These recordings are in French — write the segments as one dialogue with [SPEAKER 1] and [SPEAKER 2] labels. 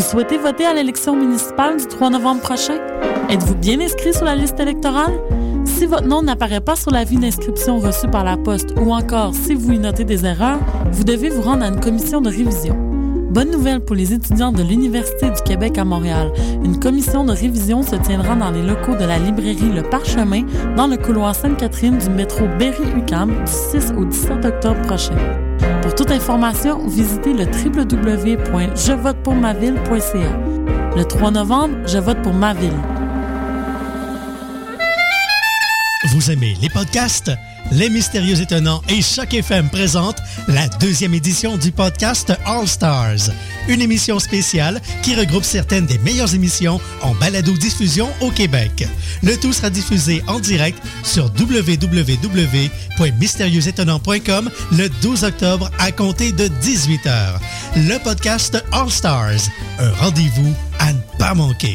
[SPEAKER 1] souhaitez voter à l'élection municipale du 3 novembre prochain? Êtes-vous bien inscrit sur la liste électorale? Si votre nom n'apparaît pas sur l'avis d'inscription reçu par la poste ou encore si vous y notez des erreurs, vous devez vous rendre à une commission de révision. Bonne nouvelle pour les étudiants de l'Université du Québec à Montréal. Une commission de révision se tiendra dans les locaux de la librairie Le Parchemin, dans le couloir Sainte-Catherine du métro Berry-UQAM du 6 au 17 octobre prochain. Pour toute information, visitez le www.jevotepourmaville.ca. Le 3 novembre, je vote pour ma ville.
[SPEAKER 2] Vous aimez les podcasts? Les Mystérieux Étonnants et Choc FM présentent la deuxième édition du podcast All Stars, une émission spéciale qui regroupe certaines des meilleures émissions en balado-diffusion au Québec. Le tout sera diffusé en direct sur www.mystérieuxétonnants.com le 12 octobre à compter de 18h. Le podcast All Stars, un rendez-vous à ne pas manquer.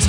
[SPEAKER 3] Tu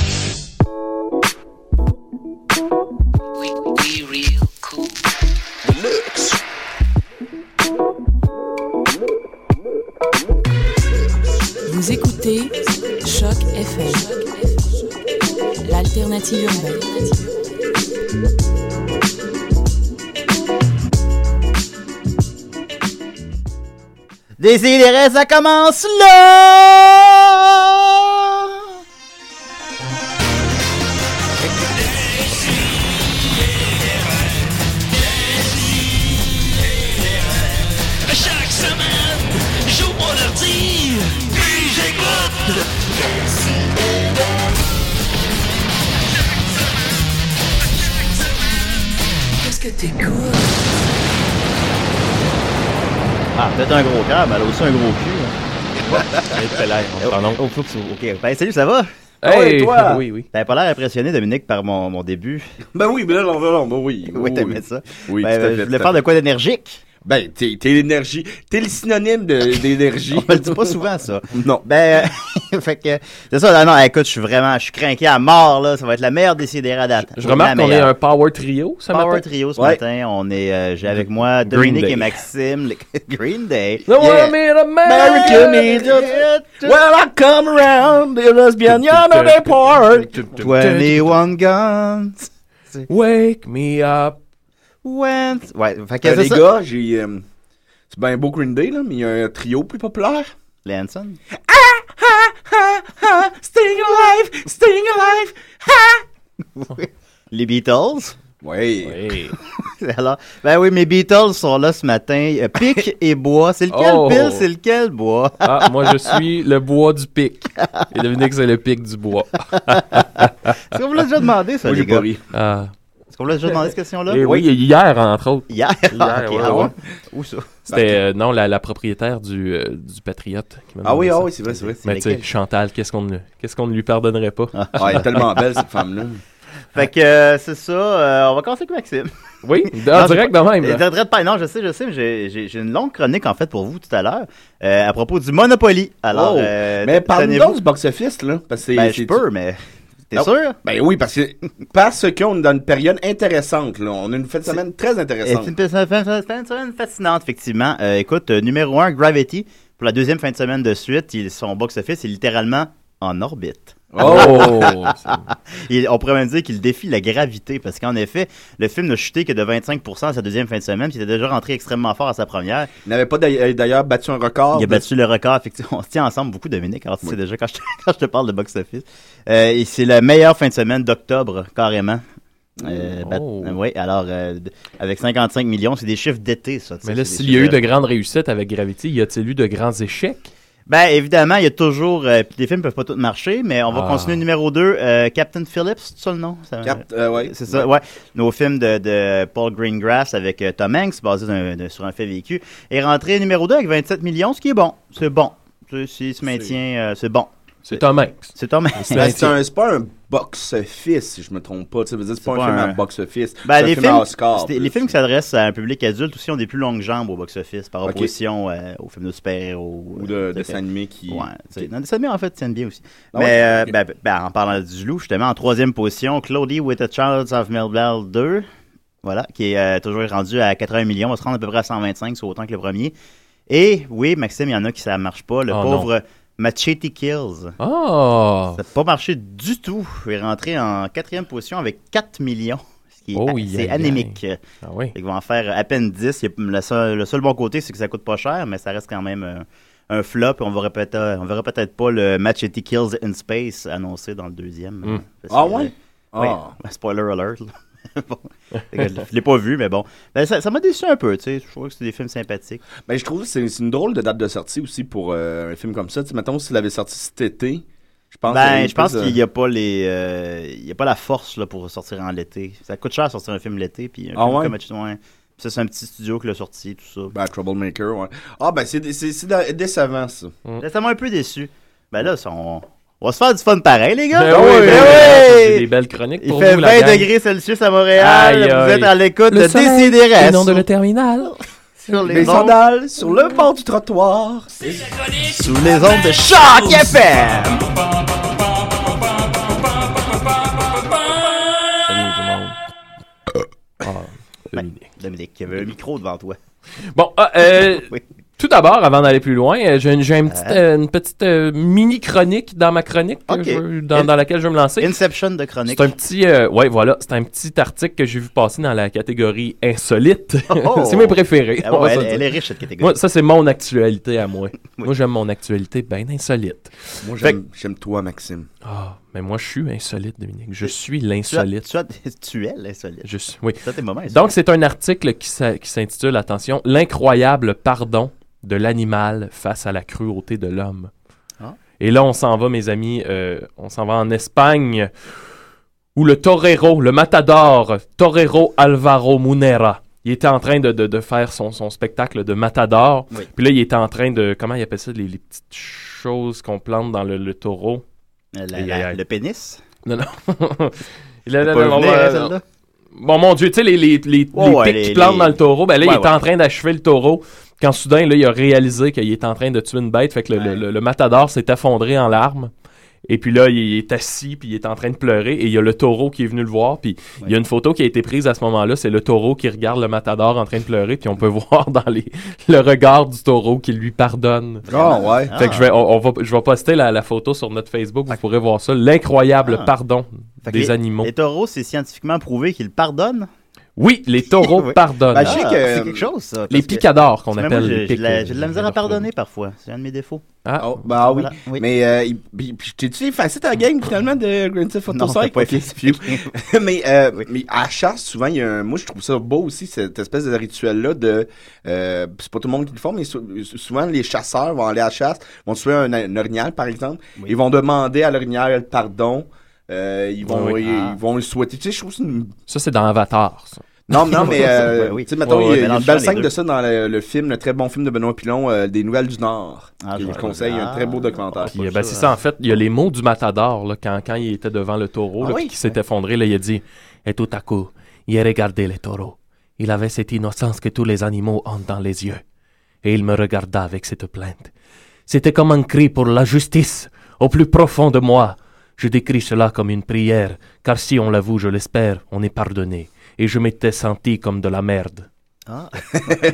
[SPEAKER 4] Vous écoutez Choc FM, l'alternative urbaine.
[SPEAKER 5] Désiré, ça commence là!
[SPEAKER 6] Chaque semaine, j'ouvre mon ordi, puis j'écoute.
[SPEAKER 5] Ah, peut-être un gros cœur, mais elle a aussi un gros cul. hein.
[SPEAKER 7] Pardon.
[SPEAKER 5] Ok, ben salut, ça va?
[SPEAKER 7] Hey,
[SPEAKER 8] Ah Ouais, toi!
[SPEAKER 7] Oui, oui.
[SPEAKER 5] T'avais pas l'air impressionné, Dominique, par mon, mon début.
[SPEAKER 8] Ben oui, mais là, non, non, non, ben oui.
[SPEAKER 5] Oui, t'aimais ça.
[SPEAKER 8] Oui,
[SPEAKER 5] ben,
[SPEAKER 8] tout à
[SPEAKER 5] euh,
[SPEAKER 8] fait,
[SPEAKER 5] je voulais
[SPEAKER 8] tout à
[SPEAKER 5] faire de
[SPEAKER 8] fait.
[SPEAKER 5] quoi d'énergique.
[SPEAKER 8] Ben, t'es t'es l'énergie. T'es le synonyme de- d'énergie.
[SPEAKER 5] On le dit pas souvent, ça.
[SPEAKER 8] Non.
[SPEAKER 5] Ben, euh, fait que, c'est ça, non, non, écoute, je suis vraiment, je suis craqué à mort, là. Ça va être la meilleure décidée à date.
[SPEAKER 7] Je remarque
[SPEAKER 5] La
[SPEAKER 7] qu'on est
[SPEAKER 5] meilleure.
[SPEAKER 7] un power trio ce
[SPEAKER 5] Power
[SPEAKER 7] matin.
[SPEAKER 5] Trio ce
[SPEAKER 8] Ouais.
[SPEAKER 5] matin. On est, euh, j'ai avec moi
[SPEAKER 7] Green
[SPEAKER 5] Dominique
[SPEAKER 7] Day.
[SPEAKER 5] et Maxime. les- Green Day.
[SPEAKER 7] No
[SPEAKER 5] Yeah.
[SPEAKER 7] one made a
[SPEAKER 8] American idiot.
[SPEAKER 5] Well,
[SPEAKER 8] I come around, the lesbian,
[SPEAKER 7] on the park.
[SPEAKER 5] 21 guns.
[SPEAKER 7] Wake me up.
[SPEAKER 5] Went. Ouais, fait que c'est
[SPEAKER 8] Les
[SPEAKER 5] ça.
[SPEAKER 8] gars, j'ai. euh, C'est ben beau Green Day, là, mais il y a un trio plus populaire.
[SPEAKER 5] Lanson.
[SPEAKER 8] Ah, staying alive, staying alive.
[SPEAKER 5] Les Beatles.
[SPEAKER 8] Ouais.
[SPEAKER 7] Hey.
[SPEAKER 5] Alors, ben oui, mes Beatles sont là ce matin. Euh, Pic et bois. C'est lequel
[SPEAKER 7] Oh.
[SPEAKER 5] pile, c'est lequel bois?
[SPEAKER 7] Ah, moi je suis le bois du pic. Et devinez que c'est le pic du bois.
[SPEAKER 5] Est-ce qu'on vous l'a déjà demandé, ça,
[SPEAKER 8] Moi,
[SPEAKER 5] les
[SPEAKER 8] j'ai pas
[SPEAKER 5] gars?
[SPEAKER 8] ri. Eh
[SPEAKER 7] Ah.
[SPEAKER 5] Est-ce qu'on vous l'a déjà demandé cette question-là?
[SPEAKER 7] Et oui, hier entre autres.
[SPEAKER 5] Hier. Ah, ok,
[SPEAKER 7] ouais,
[SPEAKER 5] ah
[SPEAKER 7] ouais.
[SPEAKER 5] ouais. Où ça?
[SPEAKER 7] C'était euh, non la, la propriétaire du euh, du patriote. qui m'a
[SPEAKER 8] Ah
[SPEAKER 7] demandé
[SPEAKER 8] oui, ah
[SPEAKER 7] ça.
[SPEAKER 8] oui, c'est vrai, c'est vrai.
[SPEAKER 7] Mais tu sais,
[SPEAKER 5] Lesquels?
[SPEAKER 7] Chantal, qu'est-ce qu'on ne qu'est-ce qu'on ne lui pardonnerait pas
[SPEAKER 8] Ah, elle est tellement belle, cette femme-là.
[SPEAKER 5] Fait que euh, c'est ça. euh, on va commencer avec Maxime.
[SPEAKER 7] Oui,
[SPEAKER 5] Non,
[SPEAKER 7] en direct de même.
[SPEAKER 5] Euh,
[SPEAKER 7] là.
[SPEAKER 5] Dread Pie, non, je sais, je sais, mais j'ai- j'ai j'ai une longue chronique en fait pour vous tout à l'heure euh, à propos du Monopoly. Alors,
[SPEAKER 8] Oh,
[SPEAKER 5] euh,
[SPEAKER 8] mais
[SPEAKER 5] tenez-vous.
[SPEAKER 8] parle-nous donc du box-office, là. Parce que c'est-
[SPEAKER 5] Ben,
[SPEAKER 8] c'est-
[SPEAKER 5] je peux, mais t'es
[SPEAKER 8] Non.
[SPEAKER 5] sûr?
[SPEAKER 8] Ben oui, parce que parce qu'on est dans une période intéressante, là. On a une fin de semaine très
[SPEAKER 5] C'est
[SPEAKER 8] intéressante.
[SPEAKER 5] une, fin- fin- fin- fin de semaine fascinante, effectivement. Euh, écoute, euh, numéro 1, Gravity, pour la deuxième fin de semaine de suite, ils, son box-office est littéralement en orbite.
[SPEAKER 7] Oh!
[SPEAKER 5] Il- on pourrait même dire qu'il défie la gravité, parce qu'en effet, le film n'a chuté que de 25 à sa deuxième fin de semaine, puis il était déjà rentré extrêmement fort à sa première.
[SPEAKER 8] Il n'avait pas d'ailleurs d'ailleurs battu un record.
[SPEAKER 5] Il a
[SPEAKER 8] de-
[SPEAKER 5] battu le record, effectivement. On se tient ensemble beaucoup, Dominique, alors tu sais déjà quand je, te, quand je te parle de box-office. Euh, et c'est la meilleure fin de semaine d'octobre, carrément. Euh, bat-
[SPEAKER 7] Oh.
[SPEAKER 5] euh, oui, alors, euh, d- avec 55 millions, c'est des chiffres d'été, ça. tu sais,
[SPEAKER 7] Mais là,
[SPEAKER 5] c'est des
[SPEAKER 7] s'il y a eu
[SPEAKER 5] chiffres-
[SPEAKER 7] de grandes réussites avec Gravity, y a-t-il eu de grands échecs?
[SPEAKER 5] Ben, évidemment, il y a toujours... euh, puis les films peuvent pas tous marcher, mais on va
[SPEAKER 7] Ah.
[SPEAKER 5] continuer numéro 2, Captain Phillips, c'est ça le nom? Ça-
[SPEAKER 8] Cap- euh, ouais.
[SPEAKER 5] C'est ça, ouais. Nos films de, de Paul Greengrass avec euh, Tom Hanks, basé d'un- d'un- sur un fait vécu, est rentré numéro 2 avec 27 millions, ce qui est bon. C'est bon. Tu sais, S'il se maintient, euh, c'est bon.
[SPEAKER 7] C'est Tom Hanks.
[SPEAKER 5] C'est Tom Hanks.
[SPEAKER 8] Ben, c'est un- c'est pas un box-office, si je me trompe pas. Tu sais, je veux dire, c'est pas,
[SPEAKER 5] pas
[SPEAKER 8] un film
[SPEAKER 5] un-
[SPEAKER 8] à box-office.
[SPEAKER 5] Ben,
[SPEAKER 8] c'est un
[SPEAKER 5] les,
[SPEAKER 8] film à
[SPEAKER 5] films,
[SPEAKER 8] Oscar.
[SPEAKER 5] c'était- les films qui s'adressent à un public adulte aussi ont des plus longues jambes au box-office par
[SPEAKER 8] Ok.
[SPEAKER 5] opposition euh, aux films de super-héros.
[SPEAKER 8] Ou
[SPEAKER 5] euh,
[SPEAKER 8] de
[SPEAKER 5] tout à fait.
[SPEAKER 8] dessins animés qui.
[SPEAKER 5] Ouais, tu sais. Non, des animés, en fait, tiennent bien aussi.
[SPEAKER 8] Ah
[SPEAKER 5] Mais
[SPEAKER 8] ouais?
[SPEAKER 5] euh,
[SPEAKER 8] Ok.
[SPEAKER 5] ben, ben, en parlant du loup, justement, en troisième position, Claudie with a Child of Melville 2, voilà, qui est euh, toujours rendu à 80 millions, va se rendre à peu près à 125, soit autant que le premier. Et oui, Maxime, il y en a qui ça marche pas. Le
[SPEAKER 8] Ah,
[SPEAKER 7] Oh
[SPEAKER 5] pauvre Machete Kills.
[SPEAKER 7] Oh!
[SPEAKER 5] Ça n'a pas marché du tout. Il est rentré en quatrième position avec 4 millions. Ce qui est,
[SPEAKER 7] Oh,
[SPEAKER 5] c'est
[SPEAKER 7] aïe, aïe, aïe.
[SPEAKER 5] anémique.
[SPEAKER 7] Ah oui.
[SPEAKER 5] Ils vont en faire à peine 10. Il y a- Le seul, le seul bon côté, c'est que ça coûte pas cher, mais ça reste quand même euh, un, flop. On verra peut-être on verra peut-être pas le Machete Kills in Space annoncé dans le deuxième.
[SPEAKER 7] Mm.
[SPEAKER 5] Parce
[SPEAKER 8] Ah
[SPEAKER 5] que,
[SPEAKER 8] ouais?
[SPEAKER 5] euh, oui.
[SPEAKER 8] Ah.
[SPEAKER 5] Spoiler alert. là. Bon. Fait que Je l'ai pas vu, mais bon. Ben, ça ça m'a déçu un peu. tu sais. Je trouve que c'est des films sympathiques.
[SPEAKER 8] Ben, je trouve que c'est c'est une drôle de date de sortie aussi pour euh, un film comme ça. Tu sais, mettons, s'il avait sorti cet été, je pense qu'il y a
[SPEAKER 5] Ben,
[SPEAKER 8] eu
[SPEAKER 5] je pense
[SPEAKER 8] plus de-
[SPEAKER 5] qu'il n'y a pas les, euh, il y a pas la force là, pour sortir en l'été. Ça coûte cher sortir un film l'été, puis un
[SPEAKER 8] Ah
[SPEAKER 5] film
[SPEAKER 8] ouais?
[SPEAKER 5] comme Machete- ouais. Puis Ça, c'est un petit studio qui l'a sorti, tout ça.
[SPEAKER 8] Ben, Troublemaker, ouais. Ah, ben, c'est c'est- c'est dé- décevant, ça.
[SPEAKER 5] Là, ça m'a un peu déçu. Ben là, ça, on... on va se faire du fun pareil, les gars.
[SPEAKER 7] Ben oui, ben oui. C'est des belles chroniques
[SPEAKER 5] Il
[SPEAKER 7] pour
[SPEAKER 5] fait
[SPEAKER 7] vous,
[SPEAKER 5] 20
[SPEAKER 7] la gang.
[SPEAKER 5] degrés Celsius à Montréal.
[SPEAKER 7] Aïe,
[SPEAKER 5] vous
[SPEAKER 7] aïe.
[SPEAKER 5] êtes à l'écoute de
[SPEAKER 7] le
[SPEAKER 5] Décidérest.
[SPEAKER 7] nom de le terminal.
[SPEAKER 5] Sur les
[SPEAKER 8] Les
[SPEAKER 5] ondes,
[SPEAKER 8] sandales sur le bord du trottoir.
[SPEAKER 5] sous les ondes de Choc FM.
[SPEAKER 7] Salut, tout le monde. Ah, Dominique.
[SPEAKER 5] Ben, Dominique, il y avait un micro devant toi.
[SPEAKER 7] Bon, ah, euh,
[SPEAKER 5] Oui.
[SPEAKER 7] tout d'abord, avant d'aller plus loin, euh, j'ai une, j'ai une petite, euh, une petite, euh, mini-chronique dans ma chronique que
[SPEAKER 5] Ah. Ok.
[SPEAKER 7] je veux- dans, dans laquelle je vais me lancer.
[SPEAKER 5] Inception de chronique.
[SPEAKER 7] C'est un petit, euh, ouais, voilà, c'est un petit article que j'ai vu passer dans la catégorie insolite.
[SPEAKER 5] Oh!
[SPEAKER 7] c'est mes préférés.
[SPEAKER 5] Ah
[SPEAKER 7] on
[SPEAKER 5] bon,
[SPEAKER 7] va se
[SPEAKER 5] elle,
[SPEAKER 7] le dire.
[SPEAKER 5] elle est riche, cette catégorie.
[SPEAKER 7] Moi, ça, c'est mon actualité à moi.
[SPEAKER 5] Oui.
[SPEAKER 7] Moi, j'aime mon actualité bien insolite.
[SPEAKER 8] Moi,
[SPEAKER 5] Fait
[SPEAKER 8] j'aime j'aime toi, Maxime.
[SPEAKER 7] Ah, mais moi, je suis insolite, Dominique. Je suis
[SPEAKER 5] tu, as,
[SPEAKER 7] l'insolite.
[SPEAKER 5] tu, as, tu es l'insolite.
[SPEAKER 7] Je suis, oui.
[SPEAKER 5] Ça, tes moments insolites.
[SPEAKER 7] Donc, c'est un article qui s'a- qui s'intitule, attention, L'incroyable pardon de l'animal face à la cruauté de l'homme.
[SPEAKER 5] Ah.
[SPEAKER 7] Et là, on s'en va, mes amis, euh, on s'en va en Espagne, où le torero, le matador, Torero Alvaro Munera, il était en train de, de- de faire son, son spectacle de matador.
[SPEAKER 5] Oui.
[SPEAKER 7] Puis là, il était en train de, comment il appelle ça, les, les petites choses qu'on plante dans le, le taureau.
[SPEAKER 5] Euh, La- la-
[SPEAKER 7] Aïe, aïe, aïe.
[SPEAKER 5] le pénis.
[SPEAKER 7] Non, non. Là, là,
[SPEAKER 5] Pas
[SPEAKER 7] là, on
[SPEAKER 5] venir,
[SPEAKER 7] va-
[SPEAKER 5] hein, celle-là.
[SPEAKER 7] Bon, mon Dieu, tu sais, les, les, les,
[SPEAKER 5] Ouais,
[SPEAKER 7] les
[SPEAKER 5] ouais,
[SPEAKER 7] pics
[SPEAKER 5] les-
[SPEAKER 7] qui plantent
[SPEAKER 5] les-
[SPEAKER 7] dans le taureau, ben là,
[SPEAKER 5] Ouais,
[SPEAKER 7] il est en train d'achever le taureau. Quand soudain, là, il a réalisé qu'il était en train de tuer une bête, fait que le,
[SPEAKER 5] Ouais.
[SPEAKER 7] le- le matador s'est effondré en larmes. Et puis là, il est assis, puis il est en train de pleurer, et il y a le taureau qui est venu le voir, puis il y a une photo qui a été prise à ce moment-là, c'est le taureau qui regarde le matador en train de pleurer, puis on peut voir dans les, le regard du taureau qui lui pardonne.
[SPEAKER 8] Ah, ouais.
[SPEAKER 5] Ah.
[SPEAKER 7] Fait que je vais, on, on va, je vais poster la, la photo sur notre Facebook, vous pourrez voir ça, l'incroyable
[SPEAKER 5] Ah.
[SPEAKER 7] pardon
[SPEAKER 5] Fait que
[SPEAKER 7] des
[SPEAKER 5] les-
[SPEAKER 7] animaux.
[SPEAKER 5] Les taureaux, c'est scientifiquement prouvé qu'ils pardonnent.
[SPEAKER 7] Oui, les taureaux
[SPEAKER 5] Oui.
[SPEAKER 7] pardonnent.
[SPEAKER 8] Ben, je sais
[SPEAKER 5] Ah,
[SPEAKER 8] que-
[SPEAKER 5] c'est quelque chose, ça.
[SPEAKER 7] Les
[SPEAKER 5] parce que-
[SPEAKER 7] picadors qu'on
[SPEAKER 5] Mais
[SPEAKER 7] appelle.
[SPEAKER 5] moi,
[SPEAKER 7] les
[SPEAKER 5] j'ai- j'ai
[SPEAKER 7] pics,
[SPEAKER 5] de la,
[SPEAKER 7] euh,
[SPEAKER 5] j'ai de la misère à pardonner parfois. C'est un de mes défauts.
[SPEAKER 7] Ah,
[SPEAKER 8] Oh, bah oui.
[SPEAKER 5] Voilà, oui.
[SPEAKER 8] Mais euh, il- puis- puis t'es-tu effacé ta game finalement de Grand Theft Auto
[SPEAKER 5] Non, t'as
[SPEAKER 8] 5?
[SPEAKER 5] pas
[SPEAKER 8] Ok.
[SPEAKER 5] effacé.
[SPEAKER 8] mais, euh, mais à la chasse, souvent, il y a un... moi je trouve ça beau aussi, cette espèce de rituel-là de. Euh, c'est pas tout le monde qui le font, mais sou- euh, souvent les chasseurs vont aller à la chasse, vont tuer un, un orignal par exemple,
[SPEAKER 5] Oui.
[SPEAKER 8] ils vont demander à l'orignal pardon. Euh, ils vont
[SPEAKER 7] Oui, oui.
[SPEAKER 8] ils,
[SPEAKER 5] Ah.
[SPEAKER 8] ils vont le souhaiter. Tu sais, je trouve que c'est une...
[SPEAKER 7] Ça, c'est dans Avatar. ça.
[SPEAKER 8] Non, non, mais euh,
[SPEAKER 5] Ouais, oui.
[SPEAKER 8] tu sais, mettons,
[SPEAKER 5] Ouais, ouais,
[SPEAKER 8] il y a- il y a
[SPEAKER 5] mélange
[SPEAKER 8] une
[SPEAKER 5] ça,
[SPEAKER 8] belle
[SPEAKER 5] les
[SPEAKER 8] scène
[SPEAKER 5] deux.
[SPEAKER 8] de ça dans le, le film, le très bon film de Benoît Pilon, euh, Des Nouvelles du Nord.
[SPEAKER 5] Ah,
[SPEAKER 8] que je
[SPEAKER 5] je
[SPEAKER 8] vous
[SPEAKER 5] vois.
[SPEAKER 8] conseille, un très beau
[SPEAKER 5] Ah.
[SPEAKER 8] documentaire.
[SPEAKER 7] Puis,
[SPEAKER 5] pas
[SPEAKER 7] euh,
[SPEAKER 5] ça,
[SPEAKER 7] ben, c'est
[SPEAKER 5] hein.
[SPEAKER 7] ça, en fait. Il y a les mots du matador, là, quand, quand il était devant le taureau,
[SPEAKER 8] Ah
[SPEAKER 7] là,
[SPEAKER 8] oui?
[SPEAKER 7] puis qui s'est effondré, là, il a dit Et tout à coup, il a regardé les taureaux. Il avait cette innocence que tous les animaux ont dans les yeux. Et il me regarda avec cette plainte. C'était comme un cri pour la justice, au plus profond de moi. Je décris cela comme une prière, car si on l'avoue, je l'espère, on est pardonné. Et je m'étais senti comme de la merde.
[SPEAKER 5] Ah,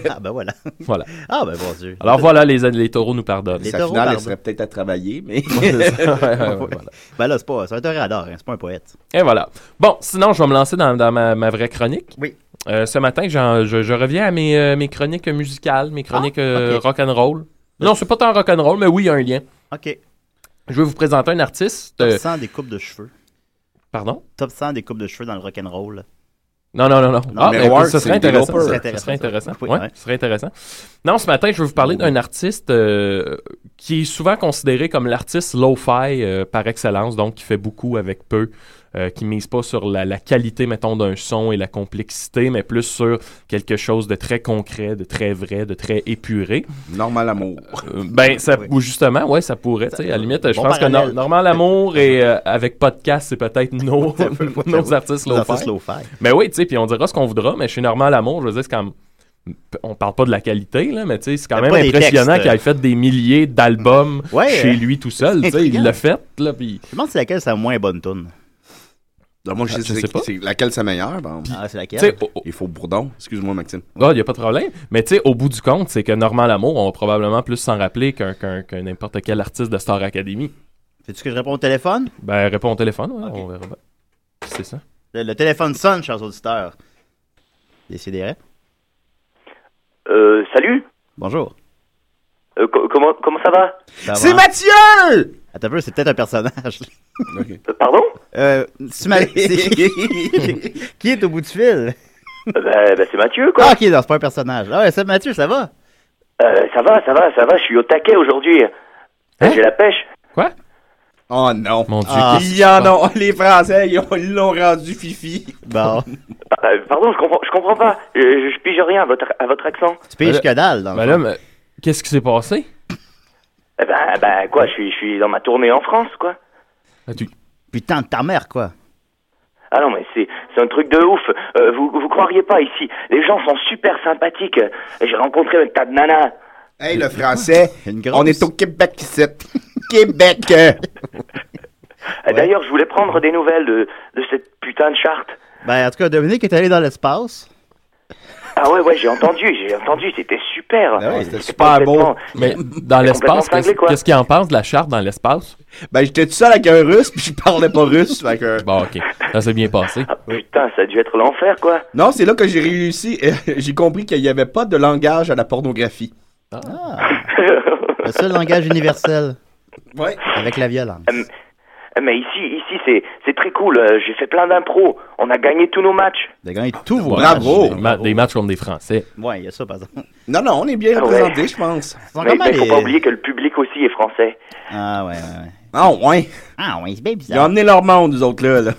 [SPEAKER 5] Ah, ben voilà.
[SPEAKER 7] Voilà.
[SPEAKER 5] Ah, ben bon Dieu.
[SPEAKER 7] Alors voilà, les, les taureaux nous pardonnent.
[SPEAKER 5] Les Sa taureaux finale, elle pardonnent. serait
[SPEAKER 8] peut-être à travailler, mais.
[SPEAKER 7] Ouais, c'est ça. Ouais, ouais, ouais, voilà.
[SPEAKER 5] Ben là, c'est pas. C'est un toréador, hein, c'est pas un poète.
[SPEAKER 7] Et voilà. Bon, sinon, je vais me lancer dans, dans ma, ma vraie chronique.
[SPEAKER 5] Oui.
[SPEAKER 7] Euh, ce matin, j'en- je, je reviens à mes, euh, mes chroniques musicales, mes chroniques
[SPEAKER 5] Ah,
[SPEAKER 7] euh,
[SPEAKER 5] ok.
[SPEAKER 7] rock and roll. Non, c'est pas tant rock and roll, mais oui, il y a un lien.
[SPEAKER 5] OK.
[SPEAKER 7] Je vais vous présenter un artiste.
[SPEAKER 5] Top
[SPEAKER 7] euh,
[SPEAKER 5] 100 des coupes de cheveux.
[SPEAKER 7] pardon?
[SPEAKER 5] Top 100 des coupes de cheveux dans le rock'n'roll.
[SPEAKER 7] Non, non, non, non. Ah,
[SPEAKER 8] mais
[SPEAKER 7] ben,
[SPEAKER 8] War,
[SPEAKER 7] ce
[SPEAKER 8] c'est
[SPEAKER 7] serait intéressant.
[SPEAKER 8] Developer.
[SPEAKER 7] Ça,
[SPEAKER 5] C'est
[SPEAKER 7] ça serait
[SPEAKER 5] intéressant,
[SPEAKER 7] intéressant.
[SPEAKER 5] ça. Oui,
[SPEAKER 7] Ouais,
[SPEAKER 5] ouais.
[SPEAKER 7] ce serait intéressant. Non, ce matin, je vais vous parler d'un artiste euh, qui est souvent considéré comme l'artiste lo-fi euh, par excellence, donc qui fait beaucoup avec peu, euh, qui mise pas sur la, la qualité, mettons, d'un son et la complexité, mais plus sur quelque chose de très concret, de très vrai, de très épuré.
[SPEAKER 8] Normal amour.
[SPEAKER 7] Euh, ben, ça,
[SPEAKER 5] Oui.
[SPEAKER 7] ou justement, ouais, ça pourrait. tu sais, à la limite, je
[SPEAKER 5] Bon
[SPEAKER 7] pense que
[SPEAKER 5] parallèle.
[SPEAKER 7] Nor- Normal Amour et euh, avec podcast, c'est peut-être nos, nos artistes
[SPEAKER 5] Dans
[SPEAKER 7] lo-fi.
[SPEAKER 5] Office Lo-Fi.
[SPEAKER 7] Mais Ben oui, tu sais, puis on dira ce qu'on voudra, mais chez Normal Amour, je veux dire, c'est quand même- On parle pas de la qualité, là, mais tu sais, c'est quand
[SPEAKER 5] Mais
[SPEAKER 7] même
[SPEAKER 5] pas des
[SPEAKER 7] impressionnant
[SPEAKER 5] textes.
[SPEAKER 7] qu'il ait fait des milliers d'albums
[SPEAKER 5] Ouais,
[SPEAKER 7] chez
[SPEAKER 5] euh,
[SPEAKER 7] lui tout seul.
[SPEAKER 5] c'est
[SPEAKER 7] tu sais, Il
[SPEAKER 5] intriguant.
[SPEAKER 7] l'a fait, là, puis...
[SPEAKER 5] Je me demande c'est laquelle c'est la moins bonne tune.
[SPEAKER 8] Alors, moi, je
[SPEAKER 7] Ah,
[SPEAKER 8] sais,
[SPEAKER 7] je sais
[SPEAKER 8] c'est-
[SPEAKER 7] pas.
[SPEAKER 8] c'est laquelle c'est meilleure. Bon.
[SPEAKER 5] Ah, c'est
[SPEAKER 7] Tu sais, oh,
[SPEAKER 5] laquelle?
[SPEAKER 7] au- au-
[SPEAKER 8] Il faut Bourdon. Excuse-moi, Maxime.
[SPEAKER 7] il n'y a pas de problème. Mais tu sais, au bout du compte, c'est que Normal Amour, on va probablement plus s'en rappeler qu'un qu'un- qu'un n'importe quel artiste de Star Academy.
[SPEAKER 5] Fais-tu que je réponds au téléphone?
[SPEAKER 7] Ben, réponds au téléphone, ouais, on verra. bien. C'est ça.
[SPEAKER 5] Le, le téléphone sonne, chers auditeurs. Décidérez.
[SPEAKER 9] Euh, salut
[SPEAKER 5] Bonjour.
[SPEAKER 9] Euh, co- comment, comment ça va
[SPEAKER 5] Ça va?
[SPEAKER 8] C'est Mathieu!
[SPEAKER 5] Attends un peu, c'est peut-être un personnage.
[SPEAKER 9] Euh, Pardon
[SPEAKER 5] Euh, tu m'as- c'est- Qui est au bout du fil?
[SPEAKER 9] Euh, ben, ben, c'est Mathieu, quoi.
[SPEAKER 5] Ah, ok, non, c'est pas un personnage. Ah, ouais, c'est Mathieu, ça va?
[SPEAKER 9] Euh, ça va, ça va, ça va, je suis au taquet aujourd'hui. Euh,
[SPEAKER 7] Hein?
[SPEAKER 9] J'ai la pêche.
[SPEAKER 7] Quoi?
[SPEAKER 8] Oh non.
[SPEAKER 7] Mon Dieu.
[SPEAKER 5] Ah.
[SPEAKER 8] Il y en a. Les Français, ils ont- ils l'ont rendu fifi.
[SPEAKER 5] Bon,
[SPEAKER 9] Pa- euh, Pardon, je comprends, je comprends pas. Je, je pige rien à votre, à votre accent.
[SPEAKER 5] tu
[SPEAKER 8] Euh,
[SPEAKER 5] piges
[SPEAKER 7] Ben là-
[SPEAKER 5] que dalle, dans le
[SPEAKER 7] Ben
[SPEAKER 5] fond.
[SPEAKER 7] là, mais qu'est-ce qui s'est passé?
[SPEAKER 9] Eh ben, ben quoi, je suis, je suis dans ma tournée en France, quoi.
[SPEAKER 7] Ah, tu-
[SPEAKER 5] Putain de ta mère, quoi.
[SPEAKER 9] Ah non, mais c'est, c'est un truc de ouf. Euh, vous, vous croiriez pas ici. Les gens sont super sympathiques. Euh, J'ai rencontré un tas de nanas.
[SPEAKER 8] Hey, le français,
[SPEAKER 5] Une grosse.
[SPEAKER 8] on est au Québec ici. Québec! euh.
[SPEAKER 9] Euh, D'ailleurs, je voulais prendre des nouvelles de, de cette putain de charte.
[SPEAKER 5] Ben, en tout cas, Dominique est allé dans l'espace.
[SPEAKER 9] Ah ouais, ouais, j'ai entendu, j'ai entendu, c'était super.
[SPEAKER 8] Ah ouais, c'était
[SPEAKER 9] C'est
[SPEAKER 8] super beau.
[SPEAKER 9] complètement-
[SPEAKER 7] Mais dans l'espace,
[SPEAKER 9] cinglé,
[SPEAKER 7] qu'est-ce
[SPEAKER 9] quoi.
[SPEAKER 7] qu'est-ce qu'il en pense de la charte dans l'espace?
[SPEAKER 8] Ben, j'étais tout seul avec un russe, puis je parlais pas russe. fait que-
[SPEAKER 7] Bon, Bah, OK. Ça s'est bien passé.
[SPEAKER 9] Ah, putain, ça a dû être l'enfer, quoi.
[SPEAKER 8] Non, c'est là que j'ai réussi. euh, j'ai compris qu'il n'y avait pas de langage à la pornographie.
[SPEAKER 5] Le seul langage universel,
[SPEAKER 8] Ouais.
[SPEAKER 5] avec la violence.
[SPEAKER 9] Euh, Eh, Mais ici, ici, c'est, c'est très cool. Euh, J'ai fait plein d'impro. On a gagné tous nos matchs.
[SPEAKER 5] De gagner tous vos
[SPEAKER 8] Bravo.
[SPEAKER 7] Des, ma- des matchs contre des Français.
[SPEAKER 5] Ouais, il y a ça, par exemple.
[SPEAKER 8] Non, non, on est bien
[SPEAKER 9] Ah ouais.
[SPEAKER 8] représentés, je pense.
[SPEAKER 5] Ils sont
[SPEAKER 9] mais
[SPEAKER 5] comment
[SPEAKER 9] il faut
[SPEAKER 5] les-
[SPEAKER 9] pas oublier que le public aussi est français.
[SPEAKER 5] Ah, ouais, ouais, ouais.
[SPEAKER 8] Ah, ouais.
[SPEAKER 5] Ah, ouais, c'est bien
[SPEAKER 8] Ils ont
[SPEAKER 5] bizarre.
[SPEAKER 8] emmené leur monde, nous autres, là. là.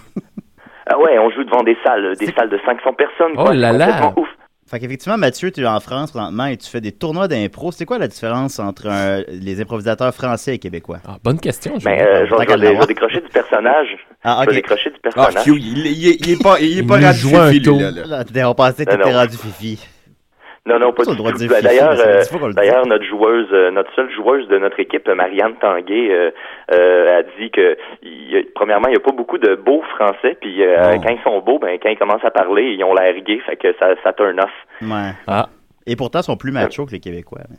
[SPEAKER 9] Ah ouais, on joue devant des salles, des salles de 500 personnes.
[SPEAKER 7] Oh
[SPEAKER 9] quoi.
[SPEAKER 7] là
[SPEAKER 9] C'est
[SPEAKER 7] là.
[SPEAKER 9] complètement ouf.
[SPEAKER 5] Fait qu'effectivement, Mathieu, tu es en France présentement et tu fais des tournois d'impro. C'est quoi la différence entre euh, les improvisateurs français et québécois?
[SPEAKER 7] Ah, bonne question. Julien.
[SPEAKER 9] Mais euh, je
[SPEAKER 5] Tant
[SPEAKER 9] vais-
[SPEAKER 5] qu'à
[SPEAKER 9] je vais je
[SPEAKER 5] l'avoir.
[SPEAKER 9] vais décrocher du personnage.
[SPEAKER 5] Ah,
[SPEAKER 9] Je vais
[SPEAKER 5] ok.
[SPEAKER 9] décrocher du
[SPEAKER 8] Ah,
[SPEAKER 9] personnage.
[SPEAKER 8] Q, il, il, il, il est pas, il est pas
[SPEAKER 7] Il nous
[SPEAKER 8] rendu
[SPEAKER 7] joue un
[SPEAKER 8] fifi, lui,
[SPEAKER 7] tour.
[SPEAKER 8] là, là.
[SPEAKER 5] Là, t'es- on pensait que
[SPEAKER 9] Non,
[SPEAKER 5] t'étais
[SPEAKER 9] non.
[SPEAKER 5] rendu fifi.
[SPEAKER 9] non, non, pas
[SPEAKER 5] Ça, on
[SPEAKER 9] du
[SPEAKER 5] a le droit de
[SPEAKER 9] tout.
[SPEAKER 5] dire
[SPEAKER 9] Bah,
[SPEAKER 5] fifi,
[SPEAKER 9] D'ailleurs,
[SPEAKER 5] mais ça,
[SPEAKER 9] euh,
[SPEAKER 5] c'est pas qu'on le dit.
[SPEAKER 9] d'ailleurs, notre joueuse, euh, notre seule joueuse de notre équipe, Marianne Tanguay, euh, euh, a dit que il y a- premièrement, il n'y a pas beaucoup de beaux Français, puis
[SPEAKER 8] Ah.
[SPEAKER 9] euh,
[SPEAKER 5] Non.
[SPEAKER 9] quand ils sont beaux, ben quand ils commencent à parler, ils ont l'air gay, fait que ça, ça turn off.
[SPEAKER 5] Ouais. Ah
[SPEAKER 7] Ah.
[SPEAKER 5] Et pourtant, ils sont plus machos que les Québécois. mais-